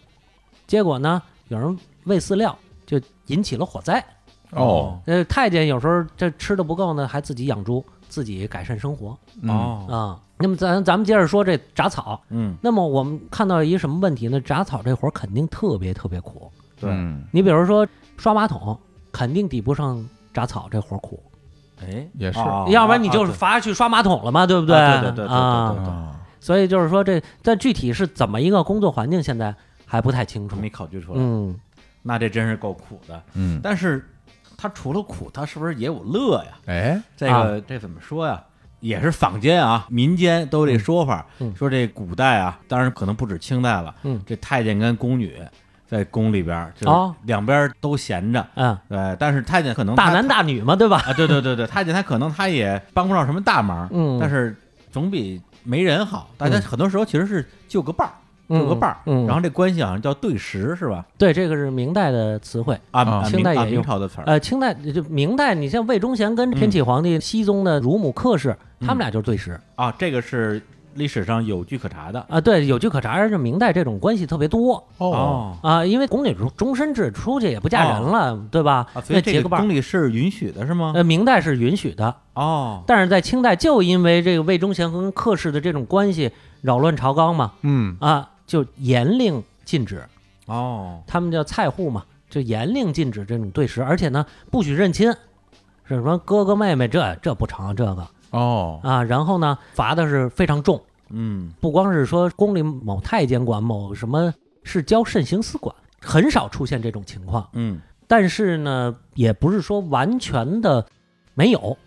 结果呢有人喂饲料，就引起了火灾。
哦
呃，太监有时候这吃的不够呢，还自己养猪，自己改善生活
哦
啊、
哦
那么咱咱们接着说这铡草。
嗯
那么我们看到一个什么问题呢？铡草这活儿肯定特别特别苦。
对，
嗯
你比如说刷马桶，肯定抵不上铡草这活儿苦，
哎
也是
哦
要不然你
啊
就是
对
罚去刷马桶了嘛，对不对？
啊对对对对对
啊
对
啊
所以就是说这，但具体是怎么一个工作环境，现在还不太清楚。
没考据出来，
嗯，
那这真是够苦的。
嗯，
但是它除了苦，它是不是也有乐呀？
哎，
啊
这个、这怎么说呀？也是坊间啊，民间都有这说法，
嗯嗯
说这古代啊，当然可能不止清代了，
嗯
这太监跟宫女在宫里边儿，就是
哦
两边儿都闲着，
嗯，
对，但是太监可能
大
他
男大女嘛，对吧？
啊，对对对对，太监他可能他也帮不上什么大忙，
嗯
但是总比没人好。大家
嗯
很多时候其实是就个伴儿，就个伴儿，
嗯，嗯
然后这关系好像叫对食是吧？
对，这个是明代的词汇。
啊，
啊
啊
清
明
代
啊
也
明
用
朝的词儿，嗯
呃，清代就明代，你像魏忠贤跟天启皇帝、熹宗的乳母客氏，他们俩就是对食
啊，这个是历史上有据可查的
啊。对，有据可查，是明代这种关系特别多
哦
啊，因为宫女终身制，出去也不嫁人了，对吧？
啊，所
那
以这
结
个
伴
宫
儿。
里是允许的是吗？
呃，明代是允许的，
哦，
但是在清代，就因为这个魏忠贤跟客氏的这种关系扰乱朝纲嘛，
嗯，
啊，就严令禁止，
哦，
他们叫菜户嘛，就严令禁止这种对食，而且呢，不许认亲，是什么哥哥妹妹这这不成这个
哦，
啊，然后呢，罚的是非常重，
嗯，
不光是说宫里某太监管，某什么市郊慎刑司管，很少出现这种情况，
嗯，
但是呢，也不是说完全的没有。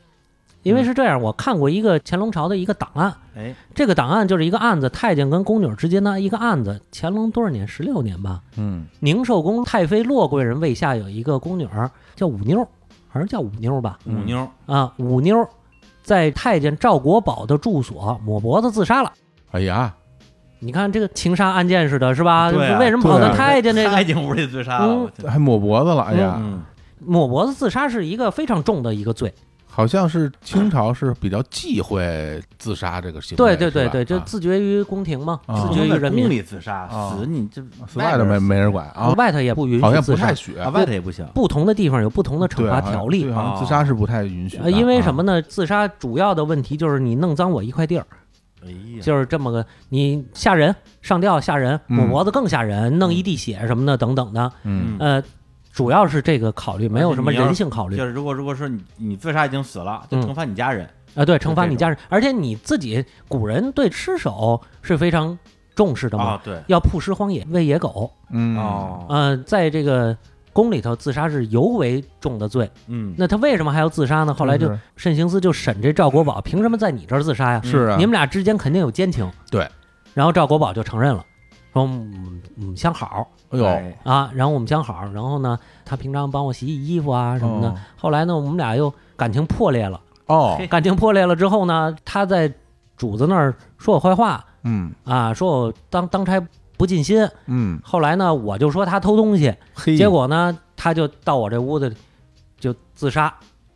因
嗯
为是这样，我看过一个乾隆朝的一个档案，
哎，
这个档案就是一个案子，太监跟宫女之间的一个案子。乾隆多少年？十六年吧。
嗯，
宁寿宫太妃洛贵人位下有一个宫女儿叫五妞儿，好像叫五妞儿吧？
五妞儿，
啊，五妞儿在太监赵国宝的住所抹脖子自杀了。
哎呀，
你看这个情杀案件似的，是吧？
对啊
为什么跑
对
到
啊
太监这
太
个
监屋里自杀了，
嗯
我天
还抹脖子了，哎呀，
嗯，
抹脖子自杀是一个非常重的一个罪？
好像是清朝是比较忌讳自杀这个行为，
对对对
是吧
对，就
啊
自绝于宫廷嘛，
啊
自
不
绝
能
于
在
人哦
宫
民，
里自杀，
啊
死你这
死外头没
边
没人管啊，
外头也不允
好
许
像不
自杀
太。许
死啊，外头也不行，
不同的地方有不同的惩
对
罚
好像
条例，
对好像
啊
自杀是不太允许的，
呃，因为什
么？
么呢？自杀主要的问题就是你弄脏我一块地儿，
哎呀，
嗯就是这么个你吓人，上吊吓人，
嗯
抹脖子更吓人，弄一地血什么的等等的。
嗯，
呃，主要是这个考虑，没有什么
而且你要
人性考虑
就
啊、
是如果如果说你你自杀已经死了，就
嗯
惩罚你家人，
对，惩罚
就这
你家人，而且你自己古人对吃手是非常重视的嘛，
啊，对，
要曝尸荒野，喂野狗。
嗯，
哦，
呃，在这个宫里头自杀是尤为重的罪。
嗯，
那他为什么还要自杀呢？后来就是慎刑司就审这赵国宝，凭什么在你这儿自杀呀？
嗯是啊，
你们俩之间肯定有奸情。
对，
然后赵国宝就承认了，说我们我们相好
哎呦，
哎
啊，然后我们相好，然后呢，他平常帮我洗洗衣服啊什么的。
哦
后来呢，我们俩又感情破裂了，
哦
嘿，
感情破裂了之后呢，他在主子那儿说我坏话
嗯
啊，说我当当差不尽心。
嗯，
后来呢，我就说他偷东西，
嘿，
结果呢，他就到我这屋子里就自杀，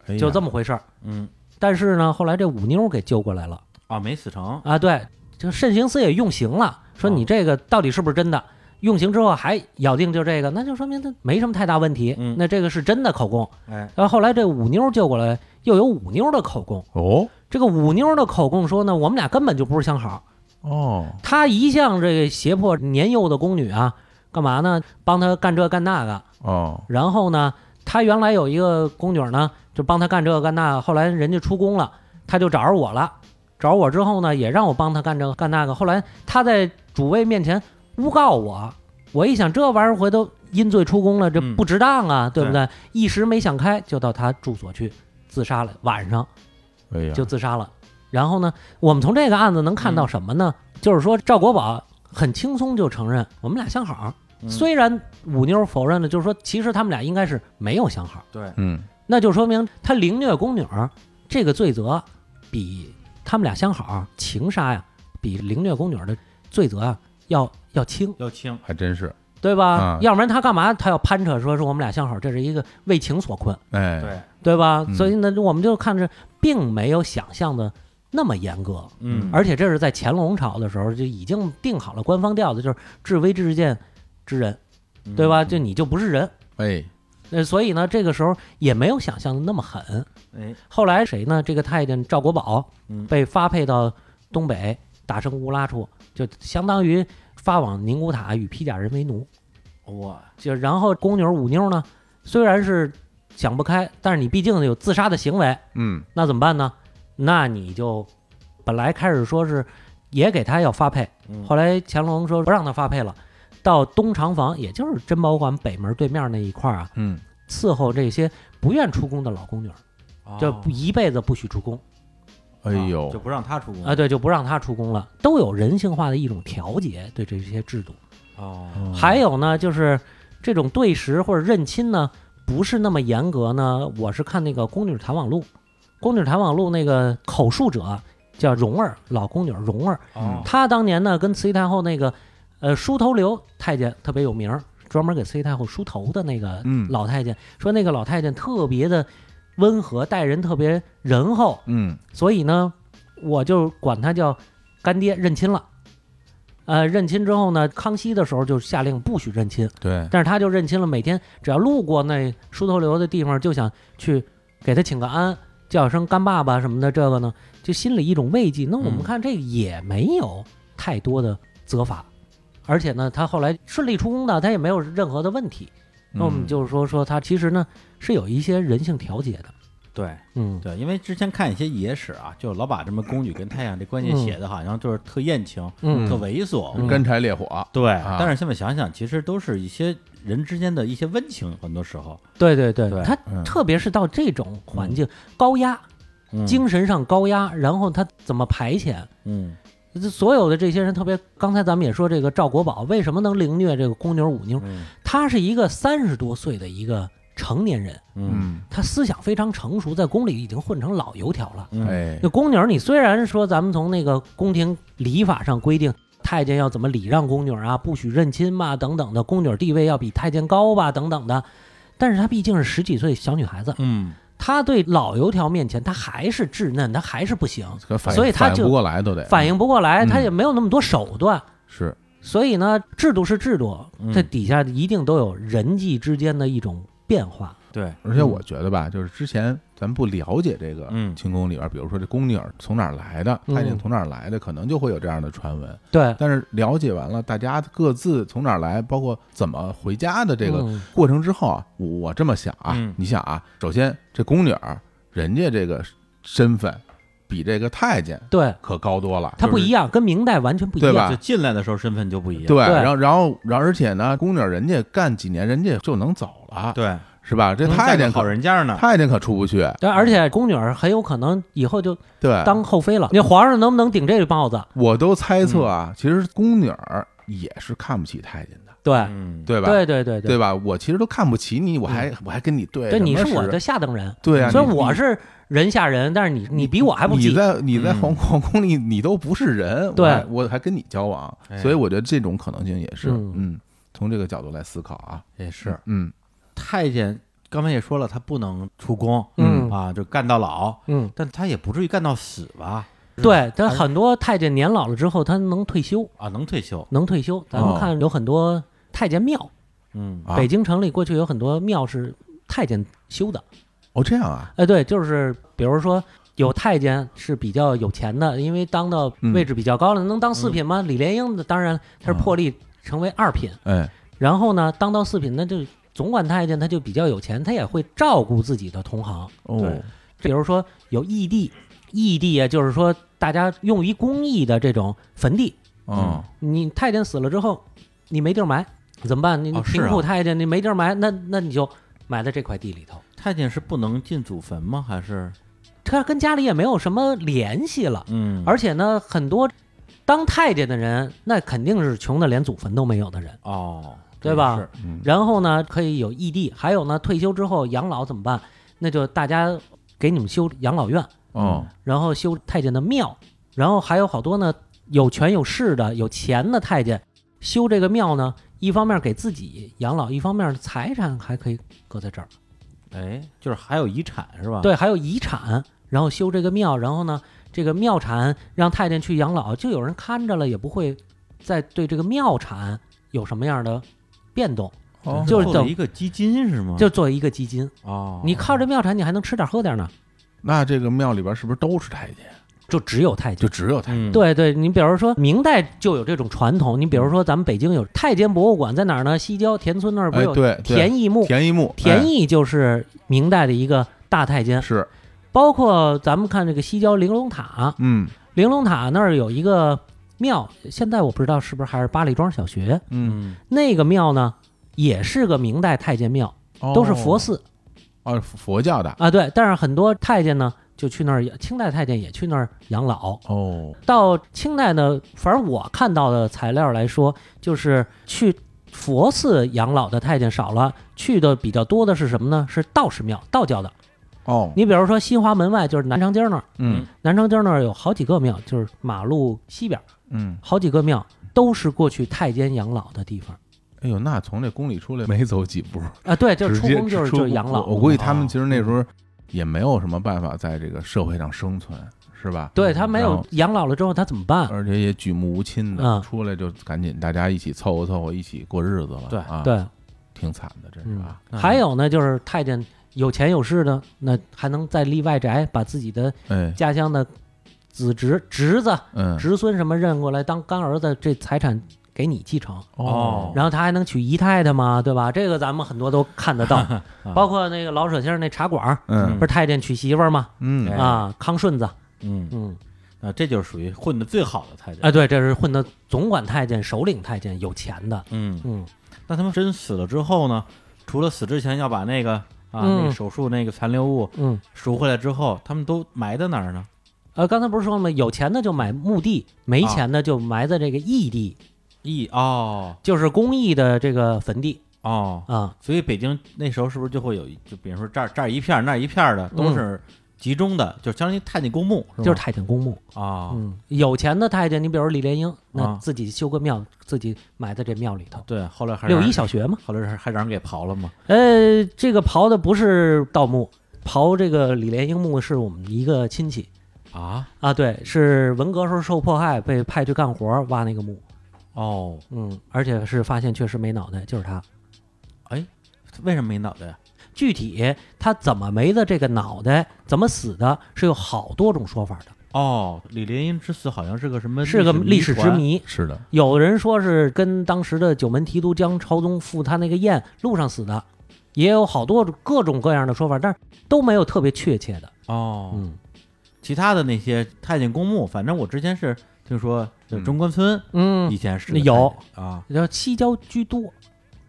哎呀
就这么回事儿。
嗯，
但是呢，后来这五妞给救过来了。
啊，没死成，
啊，对，就慎刑司也用刑了，
哦
说你这个到底是不是真的？用刑之后还咬定就这个，那就说明他没什么太大问题。
嗯
那这个是真的口供。
哎，
然后后来这五妞救过来，又有五妞的口供。
哦
这个五妞的口供说呢，我们俩根本就不是相好。
哦，
她一向这个胁迫年幼的宫女啊，干嘛呢？帮她干这干那个。
哦，
然后呢，她原来有一个宫女呢，就帮她干这干那个。后来人家出宫了，她就找着我了。找着我之后呢，也让我帮她干这个干那个。后来她在主位面前诬告我，我一想这玩意儿回头因罪出宫了，这
嗯
不值当啊，对不对？一时没想开，就到她住所去自杀了。晚上
哎呀，
就自杀了。然后呢，我们从这个案子能看到什么呢？就是说赵国宝很轻松就承认我们俩相好。
嗯
虽然五妞否认了，就是说其实他们俩应该是没有相好，
对，
嗯
那就说明他凌虐宫女儿这个罪责比他们俩相好情杀呀，比凌虐宫女儿的罪责啊要要轻，
要轻，
还真是，
对吧？
啊
嗯
要不然他干嘛他要攀扯说是我们俩相好，这是一个为情所困，
哎，
对，
对吧？
嗯
所以呢，我们就看着并没有想象的那么严格，
嗯，
而且这是在乾隆朝的时候就已经定好了官方调子，就是治危治贱之人，
嗯
对吧？？就你就不是人。
哎，
那所以呢，这个时候也没有想象的那么狠。
哎，
后来谁呢？这个太监赵国宝
嗯
被发配到东北打胜乌拉处，就相当于发往宁古塔与披甲人为奴。
我
就然后宫女五妞呢，虽然是想不开，但是你毕竟有自杀的行为，
嗯
那怎么办呢？那你就本来开始说是也给他要发配，
嗯
后来乾隆说不让他发配了，到东长房，也就是珍宝馆北门对面那一块儿啊，
嗯，
伺候这些不愿出宫的老宫女儿，
哦
就不一辈子不许出宫。
哎
啊就
呦，
不让他出宫
啊，对，就不让他出宫了，都有人性化的一种调节对这些制度。
嗯
哦，
还有呢，就是这种对食或者认亲呢，不是那么严格呢。我是看那个《宫女谈网录》，《宫女谈网录》那个口述者叫蓉儿，老宫女蓉儿，
嗯
哦
她当年呢跟慈禧太后那个呃梳头刘太监特别有名儿，专门给慈禧太后梳头的那个
嗯
老太监，说那个老太监特别的温和，待人特别仁厚，
嗯
所以呢，我就管他叫干爹认亲了。呃，认亲之后呢，康熙的时候就下令不许认亲，
对，嗯
但是他就认亲了。每天只要路过那梳头流的地方，就想去给他请个安，叫声干爸爸什么的。这个呢，就心里一种慰藉。那我们
嗯
看这个也没有太多的责罚，而且呢，他后来顺利出宫的，他也没有任何的问题。那我们
嗯
就是说说他其实呢是有一些人性调节的，
对
嗯，
对，因为之前看一些野史啊，就老把什么宫女跟太阳这关系写
嗯
的好像就是特艳情、
嗯
特猥琐，
嗯
干柴烈火，
对。
啊
但是现在想想，其实都是一些人之间的一些温情，很多时候，
对对对，
对
他
嗯
特别是到这种环境，高压，精神上高压，然后他怎么排遣？
嗯
这所有的这些人，特别刚才咱们也说，这个赵国宝为什么能凌虐这个宫女舞妞？
嗯
他是一个三十多岁的一个成年人，
嗯
嗯，
他思想非常成熟，在宫里已经混成老油条了。
嗯，
哎
那，宫女儿，你虽然说咱们从那个宫廷礼法上规定，太监要怎么礼让宫女儿啊，不许认亲吧，等等的，宫女儿地位要比太监高吧，等等的，但是她毕竟是十几岁小女孩子，
嗯
她对老油条面前，她还是稚嫩，她还是不行，
可反应
所以他
反应
就
不过来都得
反应不过来，
嗯
她也没有那么多手段。
是
所以呢，制度是制度，
嗯
这底下一定都有人际之间的一种变化。
对，
而且
嗯
我觉得吧，就是之前咱不了解这个
嗯
清宫里边，比如说这宫女儿从哪儿来的，
嗯
太监从哪儿来的，可能就会有这样的传闻。
对，
但是了解完了大家各自从哪儿来，包括怎么回家的这个
嗯
过程之后啊，我我这么想啊
嗯，
你想啊，首先这宫女儿人家这个身份比这个太监
对，
可高多了，
它不
就是
一样，跟明代完全不一
对吧
样。
就进来的时候身份就不一样，
对，
对
然后然后然后而且呢，宫女儿人家干几年，人家就能走了，
对，
是吧？这
能
太
嫁个
监
好
可
人家呢，
太监可出不去，
对，而且宫女儿很有可能以后就
对，
当后妃了。那皇上能不能顶这个帽子？
我都猜
嗯
测啊，其实宫女儿也是看不起太监的，
对，
嗯，
对吧？
对对对
对吧？我其实都看不起你，我还我还跟你对，
对，你
什
是
么
我
时
的下等人，
对啊，
虽然
你
我
你
是人下人，但是你你比我还不
你
济。
在你在
嗯
皇皇宫里，你都不是人，
对
我还我还跟你交往，
哎
所以我觉得这种可能性也是，
嗯
嗯，从这个角度来思考啊，
也是
嗯，
太监。刚才也说了，他不能出宫，
嗯
啊，就干到老，
嗯，
但他也不至于干到死吧？
对，他
还
很多太监年老了之后，他能退休，
啊，能退休，
能退休。咱们
哦
看有很多太监庙，
嗯
啊
北京城里过去有很多庙是太监修的。
哦，这样啊，
哎，对，就是比如说有太监是比较有钱的，因为当到
嗯
位置比较高了，能当四品吗？李莲英的当然他是破例成为二品，
哎，
然后呢，当到四品那就总管太监他就比较有钱，他也会照顾自己的同行。
哦
对，
比如说有义地，义地啊，就是说大家用于公益的这种坟地。
嗯，
你太监死了之后，你没地儿埋，怎么办？你
哦是啊
贫苦太监、你没地儿埋，那那你就埋在这块地里头。
太监是不能进祖坟吗？还是
他跟家里也没有什么联系了，
嗯
而且呢，很多当太监的人，那肯定是穷的连祖坟都没有的人。
哦，
对吧
这也是
嗯
然后呢，可以有异地，还有呢，退休之后养老怎么办？那就大家给你们修养老院，
哦，
然后修太监的庙，然后还有好多呢有权有势的有钱的太监修这个庙呢，一方面给自己养老，一方面财产还可以搁在这儿。
哎，就是还有遗产是吧？，
对，还有遗产，然后修这个庙，然后呢，这个庙产让太监去养老，就有人看着了，也不会再对这个庙产有什么样的变动，
哦
嗯就是
做了
等
一个基金是吗？
就作为一个基金。
哦，
你靠这庙产，你还能吃点喝点呢，
那这个庙里边是不是都是太监？
就只有太监
就。只有太监，
嗯，
对对，你比如说明代就有这种传统，你比如说咱们北京有太监博物馆在哪儿呢？西郊田村那儿不是
哎，
有
对，对
田义墓？
田一木，
田
一
义就是明代的一个大太监，
是，
包括咱们看这个西郊玲珑塔，
嗯
玲珑塔那儿有一个庙，现在我不知道是不是还是八里庄小学
嗯，
嗯，
那个庙呢，也是个明代太监庙，
哦
都是佛寺，
哦，佛教的
啊，对。但是很多太监呢，就去那儿，清代太监也去那儿养老。
哦，
到清代呢，反正我看到的材料来说，就是去佛寺养老的太监少了，去的比较多的是什么呢？是道士庙，道教的。
哦，
你比如说西华门外，就是南长街那儿，
嗯
南长街那儿有好几个庙，就是马路西边儿
嗯，
好几个庙都是过去太监养老的地方
哎呦，那从这宫里出来没走几步，
啊。对，就是
直
出
接
宫就是
出
就是养老，
我估计他们其实那时候也没有什么办法在这个社会上生存，是吧？
对他没
然
有
后，
养老了之后他怎么办？
而且也举目无亲的，
嗯
出来就赶紧大家一起凑合凑合，一起过日子了。
对
啊，，
对，
挺惨的，真是
嗯
啊。，
还有呢，就是太监有钱有势的，那还能再立外宅，把自己的
哎，
家乡的子侄、侄子、
嗯，
侄孙什么认过来当干儿子，这财产给你继承。
哦
然后他还能娶姨太太嘛，对吧？这个咱们很多都看得到，包括那个老舍先生那茶馆儿，
嗯
不是太监娶媳妇儿吗？
嗯
哎
啊，康顺子，
嗯，
嗯，
啊，这就是属于混的最好的太监。
哎，对，这是混的总管太监、首领太监，有钱的，
嗯，
嗯，
那他们真死了之后呢？除了死之前要把那个啊、那个
嗯
手术那个残留物
嗯，
赎回来之后，他们都埋在哪儿呢？
呃，刚才不是说了吗？有钱的就买墓地，没钱的就埋在这个义地，
一哦
就是公益的这个坟地
哦，
啊。
所以北京那时候是不是就会有一，就比如说这儿这儿一片儿那儿一片儿的，都是集中的，就相当于太监公墓，
嗯就是
吧
太监公墓，
啊。
嗯，有钱的太监，你比如李莲英，那
啊
自己修个庙，自己埋在这庙里头。
对，后来还
六
让
一小学嘛，
后来还让人给刨了嘛。
呃，这个刨的不是盗墓，刨这个李莲英墓是我们一个亲戚
啊，
啊，对，是文革时候受迫害，被派去干活儿挖那个墓，
哦，
嗯，而且是发现确实没脑袋，就是他。
他为什么没脑袋呀？
具体他怎么没的这个脑袋，怎么死的，是有好多种说法的，
哦，李莲英之死好像是个什么？
是个历史之
谜团。
谜。
是的，
有人说是跟当时的九门提督江朝宗赴他那个宴路上死的，也有好多各种各样的说法，但是都没有特别确切的。
哦，
嗯
其他的那些太监公墓，反正我之前是听说，就中关村以
嗯，
前是
那
个
有
太监啊，
叫西郊居多，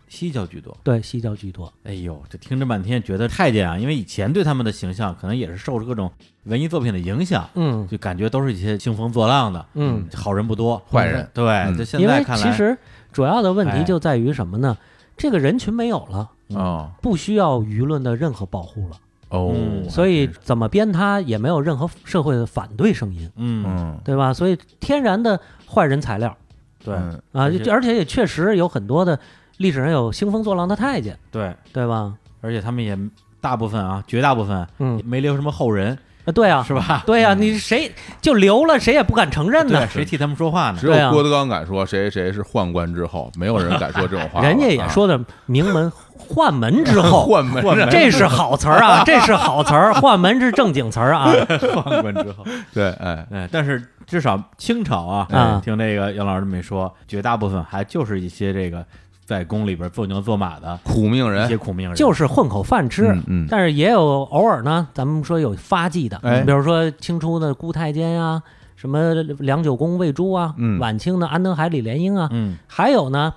西郊居多。
对，西郊居多。
哎呦，这听着半天觉得太监啊，因为以前对他们的形象可能也是受着各种文艺作品的影响，
嗯
就感觉都是一些兴风作浪的，
嗯，
好人不多，
坏人
对，
嗯
就现
因
在
为
看来，
其实主要的问
哎
题就在于什么呢？这个人群没有了，
哦
不需要舆论的任何保护了。
哦
嗯，
所以怎么编他也没有任何社会的反对声音，
嗯，
嗯，
对吧？所以天然的坏人材料
对
嗯
啊，
而且
就而且也确实有很多的历史上有兴风作浪的太监，
对，
对吧？
而且他们也大部分啊，绝大部分
嗯，
没留什么后人，
啊，对啊，
是吧？
对啊，你谁就留了，谁也不敢承认
对，
呢。
谁替他们说话呢
只？
对啊
有郭德纲敢说谁谁谁是宦官之后，没有人敢说这种话 了。
人家也
啊
说的名门换门之后，
宦门人，
这是好词儿啊，这是好词儿，换门是正经词儿啊。
宦官之后，
对，哎，
哎，但是至少清朝啊，
嗯
啊
听那个杨老师这么一说，绝大部分还就是一些这个在宫里边做牛做马的
苦命
一些
人，
苦命人，
就是混口饭吃。
嗯嗯
但是也有偶尔呢，咱们说有发迹的，
哎
比如说清初的顾太监呀、什么梁九公魏珠啊，
嗯
晚清的安德海李莲英啊，
嗯
还有呢，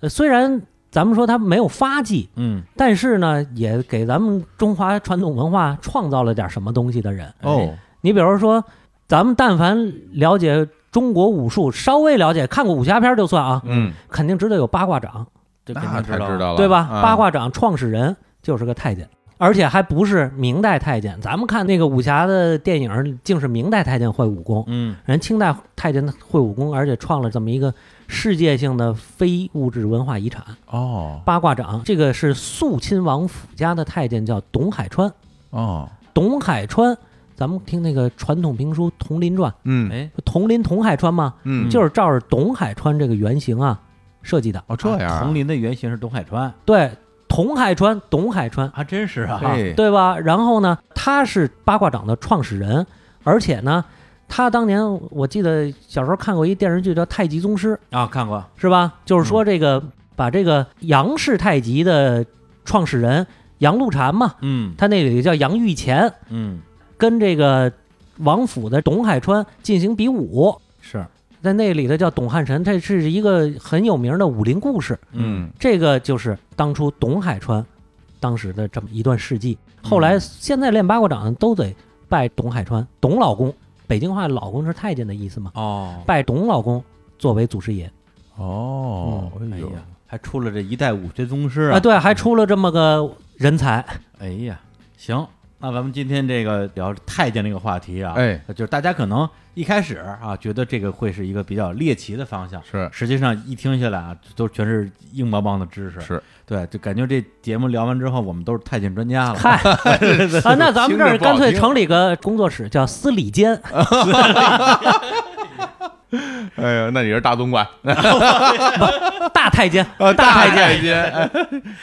呃虽然咱们说他没有发迹，
嗯
但是呢，也给咱们中华传统文化创造了点什么东西的人。哎
哦，
你比如说，咱们但凡了解中国武术，稍微了解看过武侠片就算啊，
嗯，
肯定知道有八卦掌。
这肯
那
定
才
道
知道了，
对吧？
啊
八卦掌创始人就是个太监，而且还不是明代太监。咱们看那个武侠的电影，竟是明代太监会武功，
嗯
人清代太监会武功，而且创了这么一个世界性的非物质文化遗产
哦
——八卦掌。这个是肃亲王府家的太监，叫董海川。
哦，
董海川，咱们听那个传统评书《佟林传
嗯》，
哎，
佟林董海川嘛，
嗯，
就是照着董海川这个原型啊设计的。
哦这样啊
佟林的原型是董海川，
对，董海川，董海川。
还真是啊，
哎，
对吧？然后呢，他是八卦掌的创始人，而且呢，他当年我记得小时候看过一电视剧叫《太极宗师》，
啊，看过，
是吧？就是说这个、把这个杨氏太极的创始人杨露禅嘛，
嗯
他那里叫杨玉乾，
嗯，
跟这个王府的董海川进行比武。
是，
在那里的叫董汉臣，这是一个很有名的武林故事。
嗯
这个就是当初董海川当时的这么一段事迹。后来现在练八卦掌都得拜董海川，董老公，北京话老公是太监的意思嘛，
哦，
拜董老公作为祖师爷
哦，哎
哎
呦，
呀，还出了这一代武学宗师
啊，
啊！
对，还出了这么个人才，
哎呀，行，那咱们今天这个聊太监这个话题啊，
哎，
就是大家可能一开始啊，觉得这个会是一个比较猎奇的方向，
是
实际上一听下来啊，都全是硬邦邦的知识，
是
对，就感觉这节目聊完之后，我们都是太监专家了，
嗨啊，那咱们这
听着
儿
不好
干脆
听
成立个工作室，叫司礼监，
哎呀，那你是大总 管，
大太监
呃，
太
太监，哎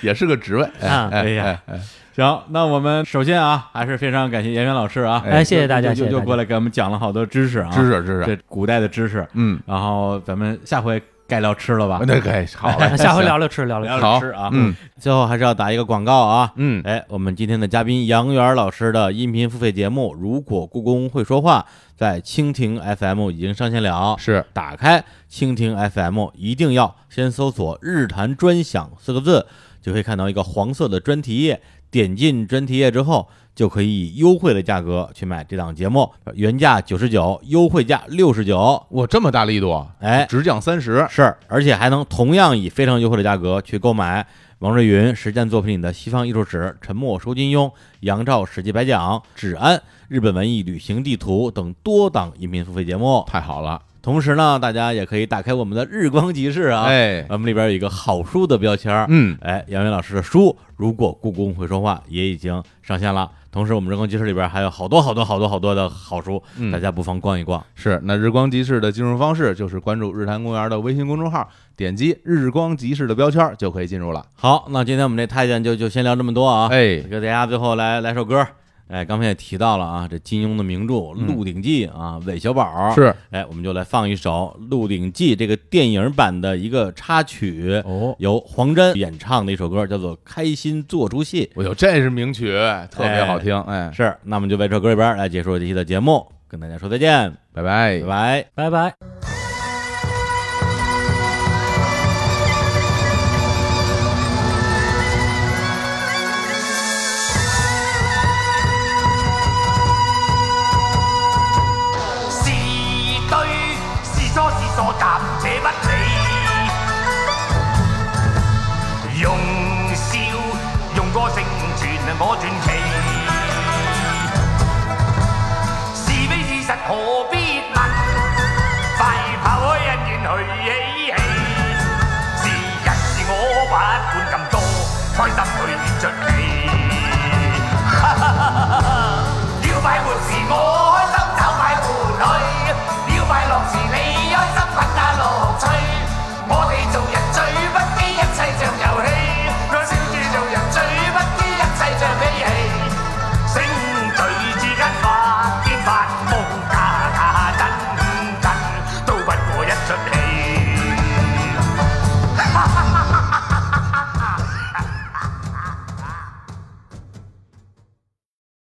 也是个职位，哎
啊
哎
哎呀
哎哎
行，那我们首先啊，还是非常感谢严元老师啊，
哎谢谢大家
就就
谢谢
就
大家
过来给我们讲了好多知识啊，
知识知识，
这古代的知识，
嗯，
然后咱们下回该聊吃了吧，
那可以 好嘞，
下回聊聊吃，聊
聊
聊吃。
聊
好
吃啊，
啊嗯，
最后还是要打一个广告啊，
嗯，
哎，我们今天的嘉宾杨元老师的音频付费节目《如果故宫会说话》在蜻蜓 FM 已经上线了，
是
打开蜻蜓 FM，一定要先搜索“日坛专享”四个字，就可以看到一个黄色的专题页。点进专题页之后，就可以以优惠的价格去买这档节目，原价九十九，优惠价六十九。
我这么大力度，啊
哎，
直降三十，
是，而且还能同样以非常优惠的价格去购买王瑞云实践作品里的《西方艺术史》《沉默说金庸》《杨照史记白讲》《指安》《日本文艺旅行地图》等多档音频付费节目。
太好了，
同时呢，大家也可以打开我们的日光集市啊，
哎，
我们里边有一个好书的标签儿。
嗯，
哎，杨元老师的书《如果故宫会说话》也已经上线了。同时，我们日光集市里边还有好多好多好多好多的好书，
嗯
大家不妨逛一逛。
是，那日光集市的进入方式就是关注日坛公园的微信公众号，点击日光集市的标签儿就可以进入了。
好，那今天我们这太监就就先聊这么多啊。
哎
给大家最后来来首歌。哎，刚才也提到了啊，这金庸的名著《鹿鼎记》啊，韦小宝
嗯是，
哎，我们就来放一首《鹿鼎记》这个电影版的一个插曲，
哦，
由黄沾演唱的一首歌，叫做《开心做出戏
我有，这是名曲，特别好听，哎》。，
是，那我们就为这首歌里边来结束这期的节目，跟大家说再见，
拜拜
拜。拜。
拜拜。
是對是錯是傻，暫且不理。用笑用歌聲傳我傳奇，